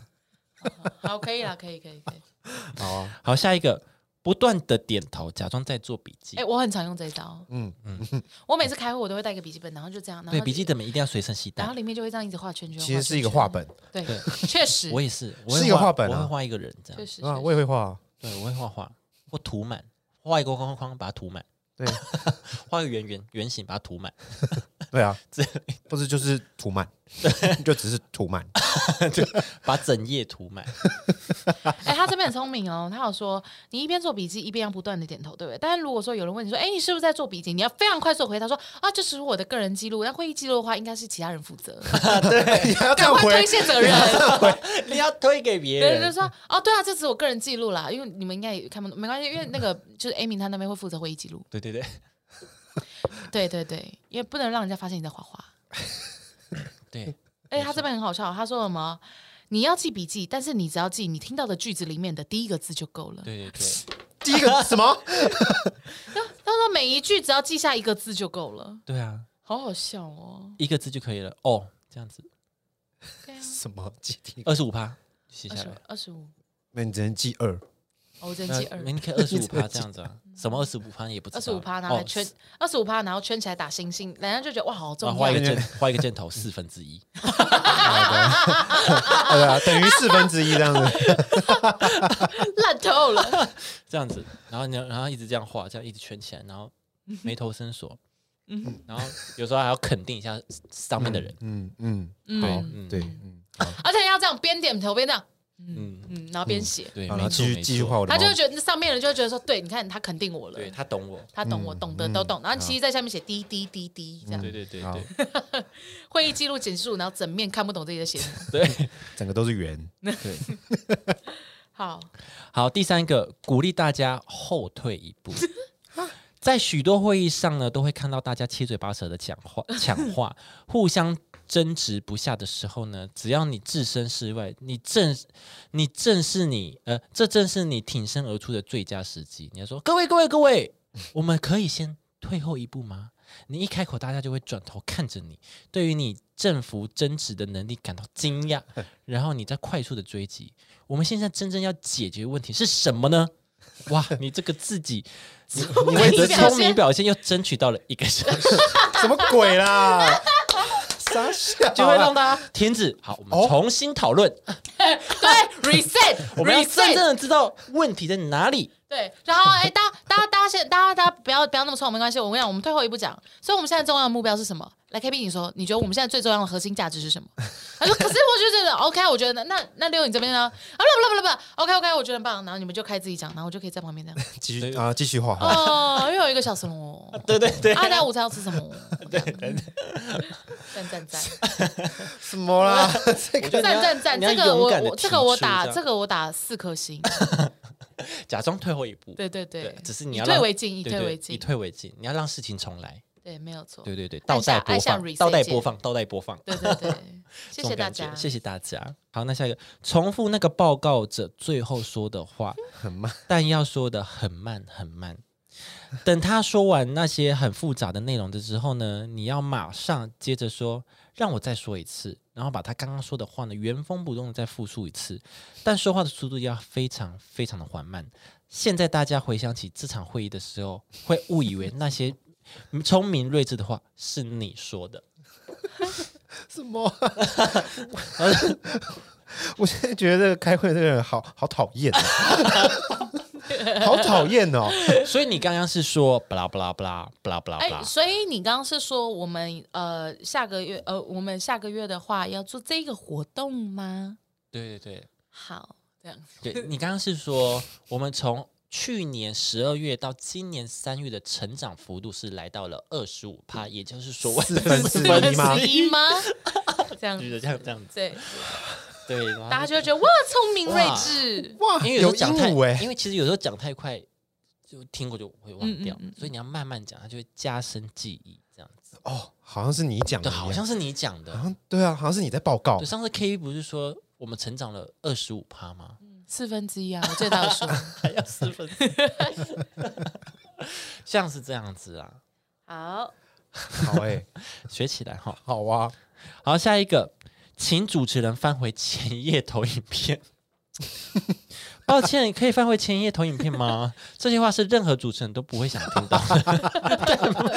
S2: 好可以啦，可以可以可以，
S3: 好啊，”
S1: 好，下一个，不断的点头，假装在做笔记
S2: 哎、。我很常用这一招，
S3: 嗯
S2: 我每次开会我都会带一个笔记本，然后就这样，然后
S1: 对，
S2: 就
S1: 笔记，本一定要随身携
S2: 然
S1: 带
S2: 后。里面就会这样一直画圈圈，
S3: 其实是一个
S2: 画
S3: 画
S2: 圈圈，
S3: 本
S2: 对
S1: 对，
S2: 确实，
S1: 我也是，我
S3: 是
S1: 会
S3: 一个
S1: 画
S3: 画本啊
S1: 我会画一个人这
S2: 确
S1: 样。
S2: 实
S3: 啊，
S2: 确
S3: 我也会画，
S1: 对，我会画画或涂满，画一个框框框，把它涂满，
S3: 对
S1: 画一个圆圆圆形，把它涂满。
S3: 对啊
S1: 这，
S3: 不是就是涂满，就只是涂满，
S1: 把整页涂满，
S2: 哎、他这边很聪明哦，他有说你一边做笔记一边要不断的点头，对不对？但是如果说有人问你说，哎、你是不是在做笔记？你要非常快速地回答说，啊，这只是我的个人记录，那会议记录的话，应该是其他人负 责，
S3: 对，还要这
S2: 赶
S3: 样
S2: 快推
S3: 回，
S2: 卸责任。
S1: 你要推给别
S2: 对，就
S1: 人。
S2: 说，哦，对啊，这只是我个人记录啦，因为你们应该也看不懂，没关系，因为那个就是 Amy 她那边会负责会议记录，
S1: 对对对，
S2: 对对对，也不能让人家发现你在画画。
S1: 对，
S2: 而且他这边很好笑，他说什么？你要记笔记，但是你只要记你听到的句子里面的第一个字就够了。
S1: 对对对，
S3: 第一个什么？
S2: 他说每一句只要记下一个字就够了，
S1: 对啊，
S2: 好好笑哦。
S1: 一个字就可以了哦，这样子
S2: 对啊，
S3: 什么？记第一个？
S1: 二十五趴写
S2: 二
S1: 下
S2: 十
S1: 来，
S2: 二十五，
S3: 那你只能记二。
S2: 哦我真
S1: 那
S2: 记二嗯
S1: 你可以二十五趴这样子啊，什么二十五趴也不知道，
S2: 二十五趴拿来圈
S1: 哦，
S2: 二十五趴然后圈起来打星星，人家就觉得哇好重
S1: 然后画
S2: 要
S1: 一。个箭，画一个箭头四分之一，
S3: 啊对啊，等于四分之一这样子。
S2: 烂 透了。
S1: 这样子，然后你要然后一直这样画，这样一直圈起来，然后眉头深锁，然后有时候还要肯定一下上面的人，
S3: 嗯嗯，好
S2: 嗯，，
S3: 对，嗯，
S2: 而且要这样边点头边这样，
S1: 嗯，
S2: 嗯，然后边写，
S1: 对，
S3: 好
S1: 没
S3: 了，
S1: 错
S3: 继续
S1: 没
S3: 继续
S1: 错，
S3: 画我的
S2: 他
S3: 猫。
S2: 就会觉得上面的人就会觉得说，对，你看他肯定我了，
S1: 对他懂我，
S2: 他懂我，
S3: 嗯
S2: 懂得都懂。然后
S3: 嗯
S2: 其实在下面写滴滴滴滴这样
S1: 对，对对
S3: 好
S1: 对
S2: 会议记录简述，然后整面看不懂自己的写什 么。
S1: 对
S3: 整个都是圆。
S1: 对。
S2: 好，
S1: 好，第三个，鼓励大家后退一步。在许多会议上呢，都会看到大家七嘴八舌的讲话、抢话，互相争执不下的时候呢，只要你置身事外，你正你正是你呃，这正是你挺身而出的最佳时机。你要说，各位各位各位，我们可以先退后一步吗？你一开口，大家就会转头看着你，对于你征服争执的能力感到惊 讶，然后你再快速的追击。我们现在真正要解决问题是什么呢？ 哇，你这个自己，你你为了聪明表现又啊争取到了一个 小时，
S3: 什么鬼 啦？傻笑啊，
S1: 就会让大家停止。好，我们
S3: 哦
S1: 重新讨论，
S2: 对 reset，
S1: 我们要真
S2: reset
S1: 正的知道问题在哪里。
S2: 对，然后哎，大家大家大家现大家大家不要不要那么冲，没关系。我跟你讲，我们退后一步讲。所以我们现在重要的目标是什么？来，KB，你说，你觉得我们现在最重要的核心价值是什么？ 他说，可是我就觉得 OK，我觉得那那六你这边呢？啊不不不不不，OK OK，我觉得很棒。然后你们就开自己讲，然后我就可以在旁边这样。
S3: 继续啊，继续画画。
S2: 哦，又有一个小时喽。
S1: 对对对
S2: 啊，大家午餐要吃 什么？对对赞赞赞
S3: 什 么啦？
S1: 我觉得你
S2: 赞
S1: 要
S2: 赞赞！
S1: 你要
S2: 这个
S1: 勇
S2: 我
S1: 敢地
S2: 我这
S1: 提
S2: 个我
S1: 出
S2: 打
S1: 样
S2: 这个我打四颗星。
S1: 假装退后一步，
S2: 对对对
S1: 对，，只是你
S2: 以
S1: 要
S2: 退
S1: 让
S2: 为进，以
S1: 对
S2: 退
S1: 对
S2: 为
S1: 以
S2: 进，
S1: 退为进，你要让事情重来。
S2: 对，没有错。
S1: 对对对，
S2: 按
S1: 倒带
S2: 下
S1: 播
S2: 按下
S1: 放，
S2: reset
S1: 倒带播
S2: 键
S1: 放，倒带播放。
S2: 对对对，
S1: 这
S2: 谢谢
S1: 种
S2: 大
S1: 感觉
S2: 家，
S1: 谢谢大家。好，那下一个，重复那个报告者最后说的话，
S3: 很慢，
S1: 但要说的很慢很慢。等他说完那些很复杂的内容的时候呢，你要马上接着说，让我再说一次，然后把他刚刚说的话呢原封不动的再复述一次，但说话的速度要非常非常的缓慢。现在大家回想起这场会议的时候，会误以为那些 聪明睿智的话是你说的。
S3: 什么 啊？我现在觉得这个开会这个人好好讨厌 啊，好讨厌哦。
S1: 所以你刚刚是说巴拉巴拉巴拉巴拉巴拉巴
S2: 哎，
S1: 拉，
S2: 所以你刚刚是说我们呃下个月呃我们下个月的话要做这个活动吗？
S1: 对对
S2: 好，这样子，
S1: 对，对你刚刚是说我们从去年十二月到今年三月的成长幅度是来到了二十五趴，也就是说我
S3: 嗯四分之 一吗？
S2: 十一吗？这样
S1: 觉得这样这样子，
S2: 对，
S1: 对，然后
S2: 大家就会觉得哇，聪明睿智，
S3: 哇，
S1: 因为有
S3: 有
S1: 时候讲
S3: 鹦鹉
S1: 太，
S3: 哎，
S1: 因为其实有时候讲太快，就听过就会忘掉
S2: 嗯嗯嗯，
S1: 所以你要慢慢讲，它就会加深记忆，这样子。
S3: 哦，好像是你讲的
S1: 对，
S3: 一样，
S1: 好像是你讲
S3: 好
S1: 的。
S3: 像对啊，好像是你在报告
S1: 对，。上次 K 不是说我们成长了二十五趴吗？
S2: 四分之一啊，我最大的数。
S1: 还要四分，像是这样子啊，
S2: 好，
S3: 好
S1: 欸
S3: 哎，
S1: 学起来哈。
S3: 好 啊，
S1: 好，下一个，请主持人翻回前页投影片。抱歉，可以翻回前页投影片吗？这些话是任何主持人都不会想听到的。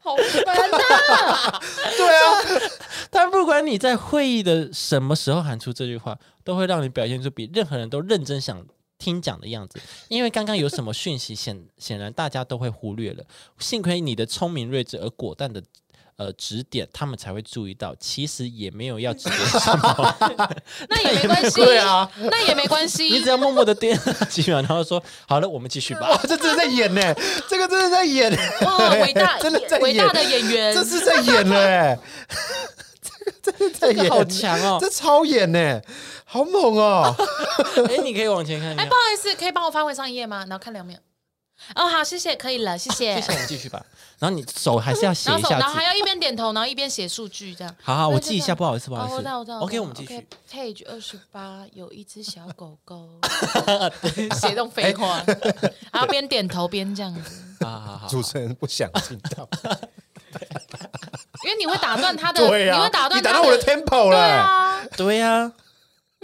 S2: 好烦啊！
S1: 但不管你在会议的什么时候喊出这句话，都会让你表现出比任何人都认真想听讲的样子。因为刚刚有什么讯息显显然大家都会忽略了，幸亏你的聪明睿智而果断的。呃，指点他们才会注意到，其实也没有要指点什 么，
S2: 那也没关系，
S3: 对啊，
S2: 那也没关
S1: 你
S2: 系
S1: 只。要默默的点了几秒，然后说好了，我们继续吧
S3: 哇。，这真的在演呢，这个真的在演，
S2: 哇，伟大
S3: 真的在
S2: 伟大
S3: 演
S2: 的演员
S3: 这，是在演了哎，这个真的在
S1: 这
S3: 演，
S1: 个好强哦！
S3: 这超演呢，好猛哦！
S1: 哎，你可以往前看一
S2: 哎，
S1: 下
S2: 不，好意思，可以帮我翻回上一页吗？然后看两秒。哦，好，谢谢，可以了，谢谢。
S1: 接下来我们继续吧。然后你手还是要写
S2: 然
S1: 一
S2: 后手，
S1: 下
S2: 哎然后
S1: 字
S2: 还。要一边点头，然后一边写数据，这样。
S1: 好好，
S2: 那
S1: 我
S2: 就
S1: 记一
S2: 这
S1: 下，
S2: 样
S1: 不好意思，不好意
S2: 哦，
S1: 思。
S2: 我知道，我知道。
S1: OK，我们继续。。
S2: Page 二十八有一只小狗 狗， 写这种废话，
S1: 哎
S2: 然后边点头边这样子，
S1: 好好好，
S3: 主持人不想听 到，
S2: 因为你会打断 他的，
S1: 啊
S3: 对
S2: 啊你
S3: 呀
S2: 会打，断
S3: 你打
S2: 他
S3: 断我的
S2: 的。
S3: tempo
S2: 对
S3: 了，
S2: 啊，
S1: 对呀、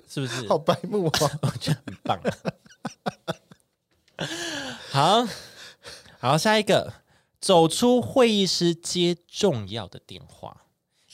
S1: 是不是？
S3: 好白目哦。
S1: 我觉得很棒、好好，下一个，走出会议室接重要的电话。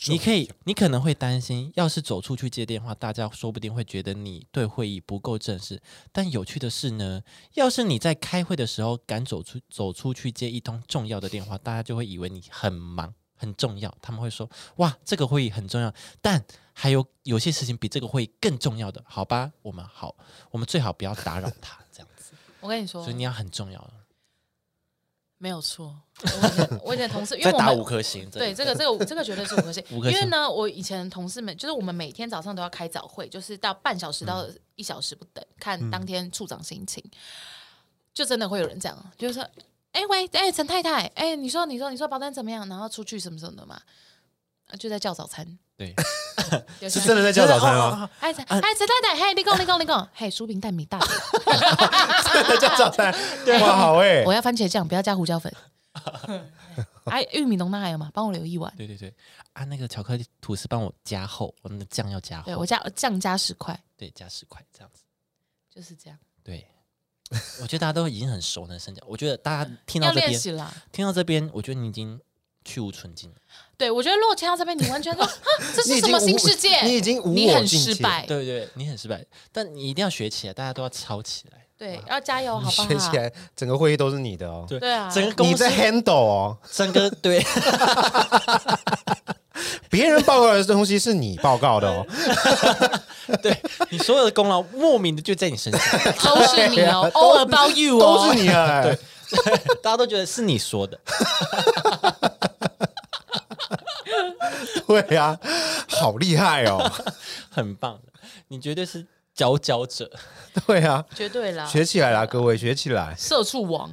S1: 你可以，你可能会担心，要是走出去接电话，大家说不定会觉得你对会议不够正式。但有趣的是呢，要是你在开会的时候敢走出走出去接一通重要的电话，大家就会以为你很忙很重要，他们会说：“哇，这个会议很重要。”但还有有些事情比这个会议更重要的，好吧？我们好，我们最好不要打扰 他，这样子。
S2: 我跟你说
S1: 所以，你要很重要，
S2: 没有错。我以前我以前同事，因
S1: 再
S2: 为我
S1: 打
S2: 们
S1: 五颗星。，
S2: 对，这个这个这个绝对是五颗 星
S1: 五颗
S2: 因
S1: 星
S2: 为呢，我以前同事们就是我们每天早上都要开早会，就是到半小时到
S3: 嗯
S2: 一小时不等，看当天处长心情，就真的会有人这样，就是说，哎、喂，哎、陈太太，哎、你说你说你说保单怎么样？然后出去什么什么的嘛，啊就在叫早餐，
S1: 对，
S2: 有些人
S3: 是真的在叫早啊餐吗？
S2: 哎陈哎陈太太，嘿，你讲你讲你讲，嘿，薯饼蛋米大饼，
S3: 真的叫早 餐，
S2: 啊
S3: 哇，好 哎
S2: 我，要番茄酱，不要加胡椒 粉。哎，玉米浓汤还有吗？帮我留一碗。
S1: 对对对，啊，那个巧克力吐司帮我加厚，我们的酱要加
S2: 对
S1: 厚，
S2: 我加酱加十块，
S1: 对，加十块这样子。
S2: 就是这样。
S1: 对，我觉得大家都已经很熟能生巧。我觉得大家听
S2: 要
S1: 到这
S2: 练
S1: 边，
S2: 习啦。
S1: 听到这边，我觉得你已经去无存菁了。
S2: 对，我觉得落签到这边，你完全 说，哈，这
S3: 你
S2: 是
S3: 已
S2: 什
S3: 经
S2: 么新
S3: 无
S2: 世界？
S3: 你已经无
S2: 你
S3: 我
S2: 很
S3: 境
S2: 失
S3: 界，
S2: 败，
S1: 对对，你很失败，但你一定要学起来，大家都要抄起来。
S2: 对，要加油，好不好？
S3: 学起来，整个会议都是你的哦。
S1: 对
S2: 对啊
S1: 整个公
S3: 你
S1: 司
S3: 在 handle 哦，
S1: 整个对，
S3: 别人报告的东西是你报告 的哦，
S1: 你所有的功劳莫名的就在你身上，
S2: 都是你哦
S3: 对啊
S2: ，all about you
S3: 都是
S2: 哦。
S3: 你啊。哎
S1: 大家都觉得是你说的。
S3: 对啊，好厉害 哦。
S1: 很棒的，你绝对是佼佼者。
S3: 对啊，
S2: 绝对啦，
S3: 学起来啦，各位，学起来。
S2: 社畜 王，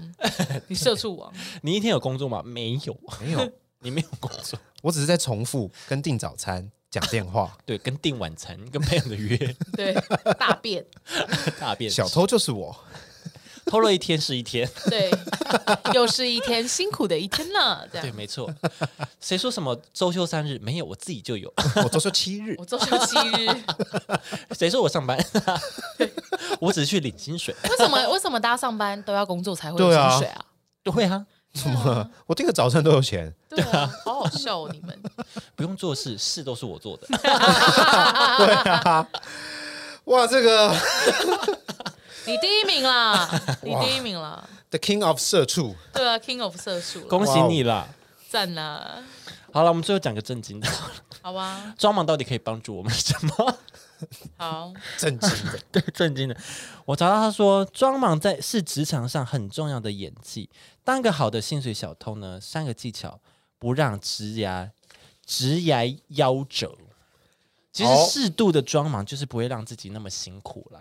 S2: 你社畜王，
S1: 你一天有工作吗？没有，
S3: 没有，
S1: 你没有工作。
S3: 我只是在重复跟订早餐、讲电话。
S1: 对，跟订晚餐、跟朋友的约、
S2: 对，大便，
S1: 大便、
S3: 小偷就 是我，
S1: 偷了一天是一天。
S2: 对，又是一天辛苦的一天了，这
S1: 对，
S2: 样。
S1: 没错。谁说什么周休三日？没有，我自己就有。
S3: 我周休七日
S2: 我，周休七 日，
S1: 谁说我上班？ 我只是去领薪水。
S2: 为什么为什么大家上班都要工作才会有
S3: 对啊
S2: 薪水啊？
S1: 对啊，
S3: 怎么了？ 我订个早餐都 有钱，
S2: 对啊，好好笑哦，你们。
S1: 不用做事，事都是我做的。
S3: 哇，这个
S2: 你第一名 啦，你第一名啦，
S3: The King of 社畜，
S2: 对啊，King of 社畜啦，
S1: 恭喜你啦！
S2: 赞啦，
S1: 哦好了，我们最后讲个正经的。
S2: 好吧，
S1: 装忙到底可以帮助我们什么？
S2: 好，
S3: 震惊 的，
S1: 对，震惊的。我查到他说，装莽在是职场上很重要的演技。当个好的薪水小偷呢，三个技巧不让职涯职涯夭折。其实
S3: 哦
S1: 适度的装忙就是不会让自己那么辛苦啦，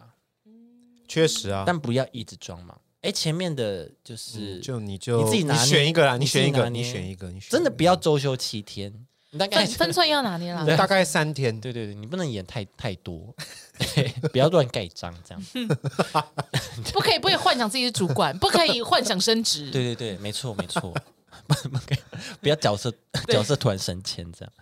S3: 确实啊。嗯
S1: 但不要一直装忙。哎，前面的就是、
S3: 就你就
S1: 你自己拿捏
S3: 选一个啦，
S1: 你
S3: 你
S1: 自己
S3: 选一
S1: 拿
S3: 个，
S1: 捏
S3: 你选一个，你选一个
S1: 真的不要周休七
S3: 嗯
S1: 天，你大概
S2: 分分寸要拿 捏啦。
S3: 大概三天，
S1: 对对对，你不能演太太多， 对不要乱盖章这样。
S2: 不可以，不可以幻想自己是主管，不可以幻想升 职。
S1: 对对对，没错没错，不不可以不要角色角色突然升迁这样。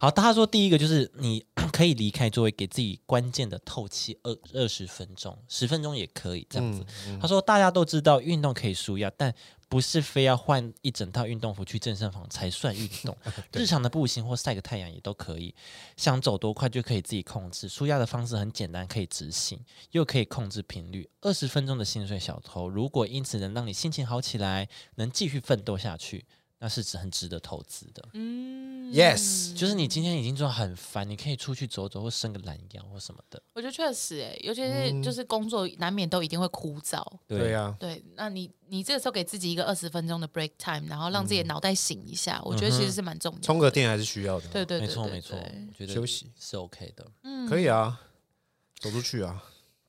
S1: 好，他说第一个就是你可以离开座位，给自己关键的透气二二十分钟，十分钟也可以这样子。他说大家都知道运动可以舒压，但不是非要换一整套运动服去健身房才算运动，日常的步行或晒个太阳也都可以。想走多快就可以自己控制，舒压的方式很简单，可以执行，又可以控制频率。二十分钟的薪水小偷，如果因此能让你心情好起来，能继续奋斗下去，那是值很值得投资的。
S2: 嗯
S3: Yes
S1: 就是你今天已经做得很烦，你可以出去走走或伸个懒腰或什么的。
S2: 我觉得确实、欸，尤其
S1: 嗯
S2: 是就是工作难免都一定会枯燥。
S3: 对啊，
S2: 对，那你你这个时候给自己一个二十分钟的 break time，然后让
S1: 嗯
S2: 自己的脑袋醒一下，我觉得其实是蛮重要的。
S3: 充个电还是需要的，
S2: 对对
S1: 没
S2: 对
S1: 错
S2: 对
S1: 没错，
S2: 对
S1: 我觉得
S3: 休息
S1: 是 OK 的，
S3: 可以啊，走出去啊，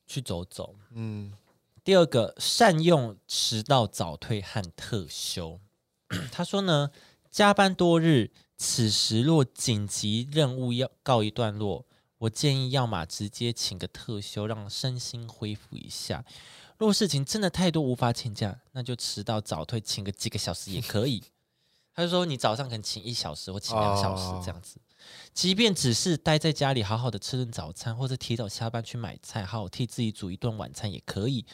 S1: 去走走。
S3: 嗯，
S1: 第二个，善用迟到、早退和特休。他说呢，加班多日，此时若紧急任务要告一段落，我建议要么直接请个特休，让身心恢复一下。若事情真的太多无法请假，那就迟到早退，请个几个小时也可以。他就说，你早上可能请一小时或请两小时
S3: 哦
S1: 这样子，即便只是待在家里好好的吃顿早餐，或者提早下班去买菜，好好替自己煮一顿晚餐也可以。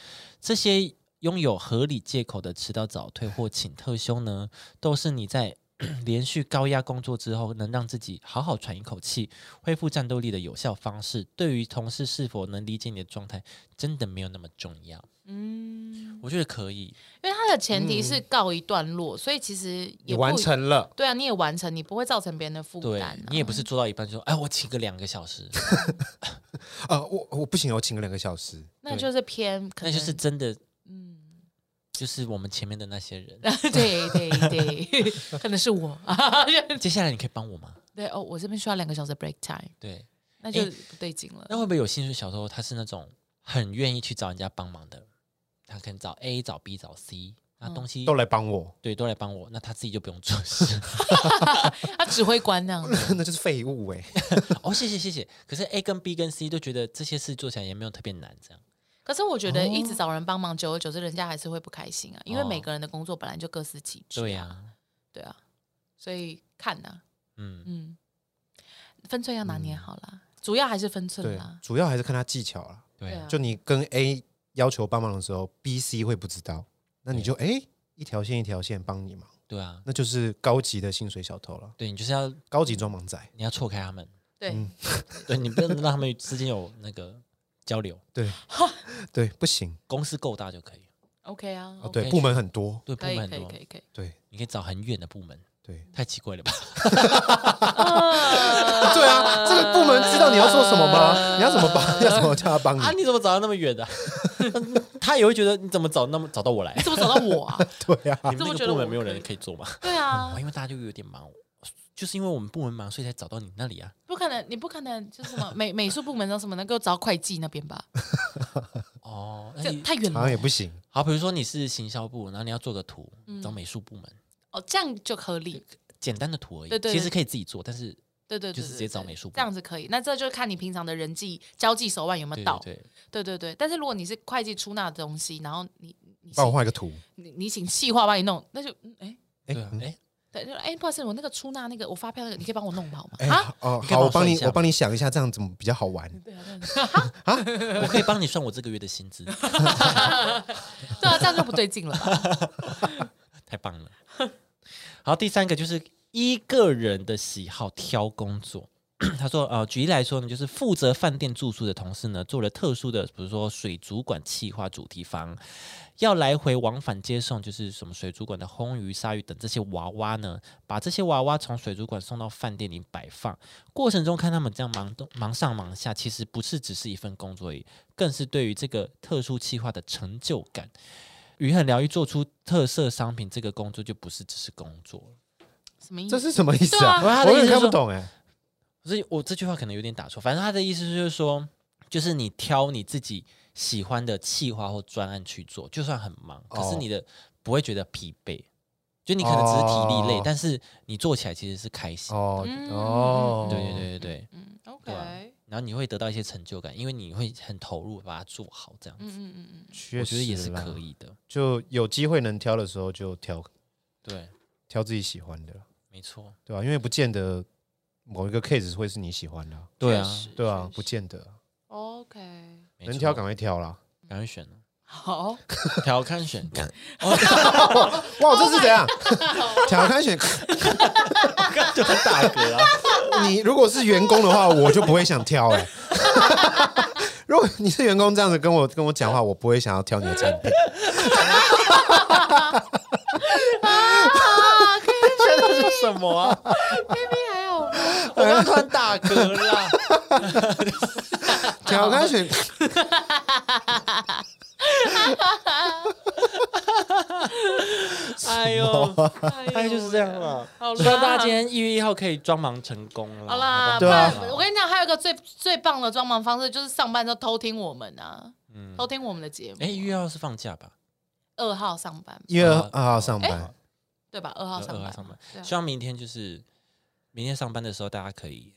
S1: 这些拥有合理借口的迟到、早退或请特休呢，都是你在 连续高压工作之后，能让自己好好喘一口气、恢复战斗力的有效方式。对于同事是否能理解你的状态，真的没有那么重要。
S2: 嗯，
S1: 我觉得可以，
S2: 因为它的前提
S1: 嗯
S2: 是告一段落，所以其实
S3: 你
S2: 也不
S3: 完。成了，
S2: 对啊，你也完成，你不会造成别人的负
S1: 对
S2: 担、啊。
S1: 你也不是做到一半就说，哎，我请个两个小时，
S3: 呃，我我不行，我请了两个小时，
S2: 那就是偏，可
S1: 那就是
S2: 能
S1: 真的
S2: 嗯，
S1: 就是我们前面的那些人。
S2: 对对 对，可能是我 啊，
S1: 接下来你可以帮我吗？
S2: 对哦，我这边需要两个小时的 break time，
S1: 对，
S2: 那就
S1: 诶
S2: 不对劲了。
S1: 那会不会有兴趣小偷？他是那种很愿意去找人家帮忙的，他可能找 A、找 B、找 C，那东西、
S3: 都来帮我，
S1: 对都来帮我，那他自己就不用做事。
S2: 他指挥官那样子，
S3: 那就是废物哎、
S1: 哦，谢谢谢谢。可是 A 跟 B 跟 C 都觉得这些事做起来也没有特别难，这样
S2: 可是我觉
S3: 哦
S2: 得一直找人帮忙，久而久之，人家还是会不开心啊，因为
S1: 哦
S2: 每个人的工作本来就各司其职。啊
S1: 对呀、
S2: 对啊，所以看呐、
S1: 嗯，
S2: 嗯，分寸要拿捏好啦，主要还是分寸
S3: 嗯对
S1: 啊
S2: 啦，。
S3: 主要还是看他技巧啦。
S1: 对
S2: 啊
S1: 啊，
S3: 就你跟 A 要求帮忙的时候，B、C 会不知道，那你就哎、一条线一条线帮你忙，
S1: 对啊，
S3: 那就是高级的薪水小偷了，
S1: 对你就是要
S3: 高级装盲仔。
S1: 你要错开他们，
S2: 对，
S3: 嗯
S1: 对你不能让他们之间有那个交流，
S3: 对，
S1: 嗯
S3: 对，不行
S1: 公司够大就可以，
S2: OK 啊
S3: 哦，
S2: ，OK，
S3: 对，部门很多，
S1: 对部
S2: 可以
S1: 门很
S2: 可以
S1: 多
S2: 可，以可以，
S3: 对
S1: 你可以找很远的部门，
S3: 对
S1: 太奇怪了吧？
S3: 对啊，这个部门知道你要做什么吗？你要怎么帮？ 要怎么叫他帮
S1: 嗯啊，
S3: 你？
S1: 你怎么找到那么远的、 他也会觉得你怎么找那么找到我来
S2: 你？怎么找到我 啊？
S3: 对啊，
S1: 你们
S2: 这么
S1: 那
S2: 觉
S1: 个
S2: 得
S1: 部
S2: 我
S1: 门没有
S2: 可以
S1: 人可以做吗？
S2: 对啊
S1: 哦，，因为大家就有点忙，就是因为我们部门忙，所以才找到你那里啊。
S2: 不可能，你不可能就是什么美美术部门的什么能够找会计那边吧？
S1: 哦，那
S2: 这
S1: 你
S2: 太远
S3: 好像
S2: 了
S3: 也不 行，
S1: 好，比如说你是行销部，然后你要做个图，找美术部门，
S2: 哦，这样就合理。
S1: 简单的图而已，
S2: 对对
S1: 其实可以自己做，但是
S2: 对对，对
S1: 就是直接找美术
S2: 对
S1: 部
S2: 这样子可以。那这就看你平常的人际交际手腕有没有
S1: 对
S2: 到。
S1: 对对，
S2: 对对对，但是如果你是会计出纳的东西，然后你你
S3: 帮我
S2: 请
S3: 画一个图。
S2: 你你请企划帮你弄，那就嗯哎
S3: 哎
S1: 对啊，哎，
S2: 对，就哎不好意思，我那个出纳那个我发票那个，你可以帮我弄好吗？
S3: 哎
S2: 啊，
S3: 哦，
S1: 你可以帮
S3: 好，
S1: 我
S3: 我帮
S1: 算
S3: 你
S1: 一，下
S3: 我
S1: 吗嗯
S3: 帮你想一下，这样怎么比较好玩？
S2: 对啊，对啊
S1: 哎我可以帮你算我这个月的薪资，
S2: 对啊，这样就不对劲了吧？
S1: 太棒了。好，第三个就是依个人的喜好挑工作。他说，呃，举例来说呢，就是负责饭店住宿的同事呢，做了特殊的，比如说水族馆企划主题房，要来回往返接送，就是什么水族馆的烘鱼、鲨鱼等这些娃娃呢，把这些娃娃从水族馆送到饭店里摆放，过程中看他们这样忙东忙上忙下，其实不是只是一份工作而已，更是对于这个特殊企划的成就感。于很疗愈做出特色商品，这个工作就不是只是工作了。
S2: 什么意
S3: 这
S2: 思？
S3: 是什么意思啊？
S1: 对啊他
S3: 我有
S1: 的意思
S3: 点
S1: 是
S3: 看不
S1: 说
S3: 懂哎。
S1: 所以我这句话可能有点打错，反正他的意思就是说，就是你挑你自己喜欢的企划或专案去做，就算很忙，可是
S3: 哦
S1: 你的不会觉得疲惫，就你可能只是体力累，
S3: 哦
S1: 但是你做起来其实是开心。
S3: 哦
S2: 嗯
S3: 哦，
S1: 对对对对对，
S2: 嗯，OK，
S1: 对啊然后你会得到一些成就感，因为你会很投入把它做好，这样
S2: 嗯
S1: 子，
S2: 嗯嗯嗯，
S3: 确实
S1: 我觉得也是
S3: 啦
S1: 可。以的。
S3: 就有机会能挑的时候就挑
S1: 对，
S3: 挑自己喜欢的啦，
S1: 没错，
S3: 对吧、因为不见得某一个 case 会是你喜欢的啊、
S1: 对啊
S2: 确，实
S3: 对啊
S2: 确，实
S3: 不见得啊
S2: OK，
S1: 没
S3: 能
S1: 错
S3: 挑赶快挑啦。
S1: 赶快选了，啊
S2: 好，
S1: 挑看 选， 我
S3: 哇，
S2: Oh
S3: 这是怎样？ 挑开选。
S1: 刚就很打嗝啊。
S3: 你如果是员工的话，我就不会想挑哎、 如果你是员工这样子跟我跟我讲话，我不会想要挑你的产 品。
S1: 现在是什么啊？
S2: 还好吧，
S1: 我刚突然打嗝了。
S3: 挑开选，
S1: 哎呦，
S2: 大
S1: 大概就是这样。了。
S2: 好
S1: 希望大家今
S2: 啦，
S1: 天一月一号可以装忙成功了。
S2: 好啦，
S1: 好嗯
S2: 不
S1: 不好
S3: 对啊
S1: 嗯
S2: 然我跟你讲，还有一个最最棒的装忙方式就是上班都偷听我们啊，偷听我们的节目。啊
S1: 哎，一月二是放假吧？
S2: 二号上班
S3: 一月
S1: 啊
S3: 二号上班
S1: 哎，
S2: 对吧？二号上
S1: 二
S2: 班
S1: 上
S2: 嘛
S1: 班，
S2: 对啊
S1: 希望明天就是明天上班的时候，大家可以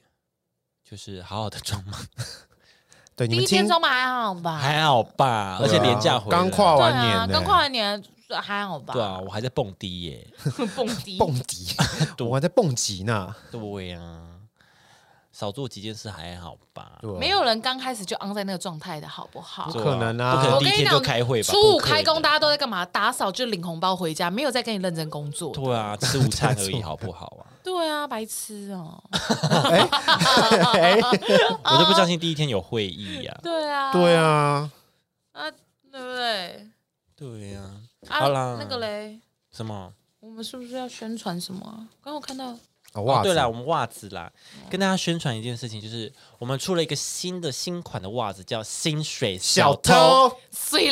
S1: 就是好好的装忙，
S3: 对，
S2: 第
S3: 你
S2: 一
S3: 们今
S2: 天中嘛还好吧？
S1: 还好吧？而且
S3: 对啊
S1: 年假回来
S3: 刚跨
S2: 对
S3: 完
S2: 啊，
S3: 年呢
S2: 刚跨完年还好吧？
S1: 对啊，我还在蹦迪耶，
S2: 蹦迪
S3: 蹦 迪，我还在蹦极呢，
S1: 对啊呀，少做几件事还好吧？
S3: 对啊
S2: 没有人刚开始就昂在那个状态的好不好？
S1: 对啊
S3: 不可能啊
S1: 不可能
S2: 我
S1: 第
S2: 跟
S1: 一
S2: 你
S1: 天就
S2: 讲，
S1: 开会吧？
S2: 初五
S1: 不可能
S2: 开工，大家都在干嘛？打扫就领红包回家，没有在跟你认真工作。
S1: 对啊，吃午餐而已，好不好啊？
S2: 对啊，白痴哦、
S3: 哎，
S1: 我就不相信第一天有会议呀、
S2: 对啊，
S3: 对，啊，
S2: 啊，对不对？
S1: 对呀、
S2: 啊，
S1: 好啦
S2: 那个嘞，
S1: 什么？
S2: 我们是不是要宣传什么、啊？刚刚我看到，
S3: 啊
S1: 哦
S3: 袜，
S1: 对
S3: 子
S1: 啦，我们袜子啦，跟大家宣传一件事情，就是我们出了一个新的新款的袜子，叫“薪水
S3: 小
S1: 小偷”，
S3: 偷，
S2: 碎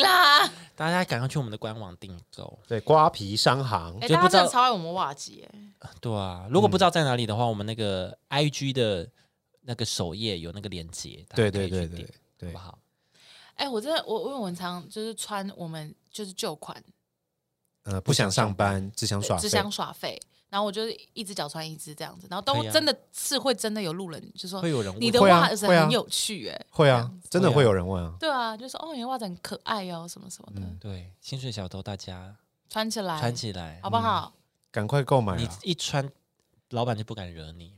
S2: 啦！
S1: 大家赶快去我们的官网订购。
S3: 对，瓜皮商行
S2: 哎、
S1: 就
S2: 大
S1: 不
S2: 家
S1: 知道
S2: 真的超爱我们袜子耶！
S1: 对啊，如果不知道
S3: 嗯
S1: 在哪里的话，我们那个 IG 的那个首页有那个链接，大家
S3: 对
S1: 可以
S3: 对对
S1: 去
S3: 对
S1: 订好
S3: 对
S1: 不，好？
S2: 哎、我真的，我我很常就是穿我们就是旧款，
S3: 呃，不想上班，只想耍
S2: 只
S3: 废，
S2: 想耍废，然后我就是一只脚穿一只这样子，然后当
S1: 可以
S2: 我
S1: 啊
S2: 真的是会真的有路人就说
S1: 会有人问
S2: 你的
S3: 会啊
S2: 袜子
S3: 会啊
S2: 很有趣哎、
S3: 会啊，真的
S1: 会啊
S3: 会有人问啊，
S2: 对啊，就说哦，你的袜子很可爱哦，什么什么的，
S3: 嗯
S1: 对，薪水小偷，大家
S2: 穿起来，
S1: 穿起嗯来
S2: 好，不好？
S3: 赶快购买
S2: 哎
S1: 你
S3: 啊，
S1: 一穿，老板就不敢惹 你，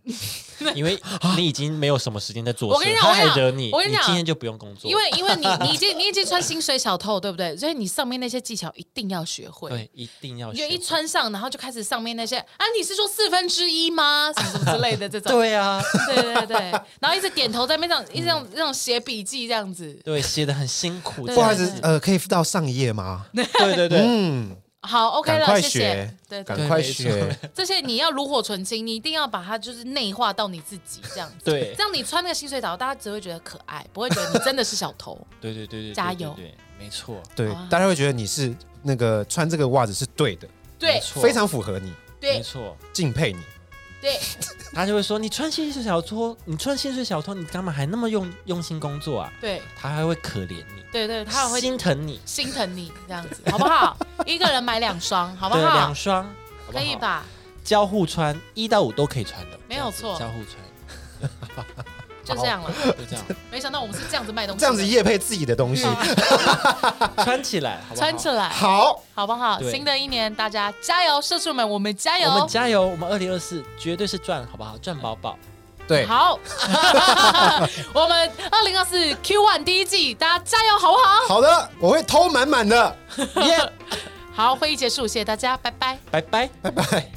S1: 因为你已经没有什么时间在做
S2: 我跟
S1: 事
S2: 你，讲
S1: 他
S2: 我跟
S1: 还
S2: 你讲
S1: 惹你，
S2: 我跟你
S1: 你
S2: 讲
S1: 今天就不用工作，
S2: 因为因为你你已经你已经穿薪水小偷，对不对？所以你上面那些技巧一定要学会。
S1: 对，一定要
S2: 你就
S1: 学
S2: 一
S1: 会
S2: 穿上，然后就开始上面那些啊，你是说四分之一吗？什么什么之类的这种，
S1: 对啊，
S2: 对对对，然后一直点头在那边这样，一直这样这样写笔记这样子。
S1: 对，写的很辛苦，这
S2: 对
S3: 不
S1: 样
S3: 好意
S1: 子
S3: 思，呃，可以到上一页吗？
S1: 呃对对对，
S3: 嗯，
S2: 好，OK
S3: 赶
S2: 了，
S3: 快
S2: 谢谢
S3: 学。
S2: 对对，
S3: 赶快
S1: 没错
S3: 学，
S2: 这些你要炉火纯青，你一定要把它就是内化到你自己这样子。
S1: 对
S2: 这样你穿那个薪水澡，大家只会觉得可爱，不会觉得你真的是小偷。
S1: 对对对对，
S2: 加
S1: 对对
S2: 油
S1: 对，没错，
S3: 对
S2: 啊，
S3: 大家会觉得你是那个穿这个袜子是对的，
S1: 没
S2: 对
S1: 错
S3: 非常符合你，
S1: 没
S2: 对
S1: 错，
S3: 敬佩你。
S2: 对，
S1: 他就会说你穿薪水小偷，你穿薪水小偷，你干嘛还那么用用心工作啊？
S2: 对
S1: 他还会可怜你，
S2: 对对，他也会
S1: 心疼你，
S2: 心疼你这样子，好不好？一个人买两双，好不
S1: 对，
S2: 好
S1: 两？双，好不
S2: 可
S1: 好
S2: 以？吧？
S1: 交互穿一到五都可以穿的，
S2: 没有错
S1: 这样子交
S2: 就这样了。
S1: 互穿就这样
S2: 没想到我们是这样子卖东西的，
S3: 这样子夜配自己的 东西，
S2: 嗯
S1: 穿起来，好不好
S2: 穿起来，
S3: 好，
S2: 好不好？
S1: 对
S2: 新的一年大家加油，社畜们，我们加油，
S1: 我们加油，我们二零二四绝对是赚，好不好？赚饱 饱，
S3: 对，
S2: 好，我们二零二四 Q One 第一季，大家加油，好不好？
S3: 好的，我会偷满满的。
S1: 耶！
S2: 好，会议结束，谢谢大家，拜拜。
S1: 拜拜。
S3: 拜拜。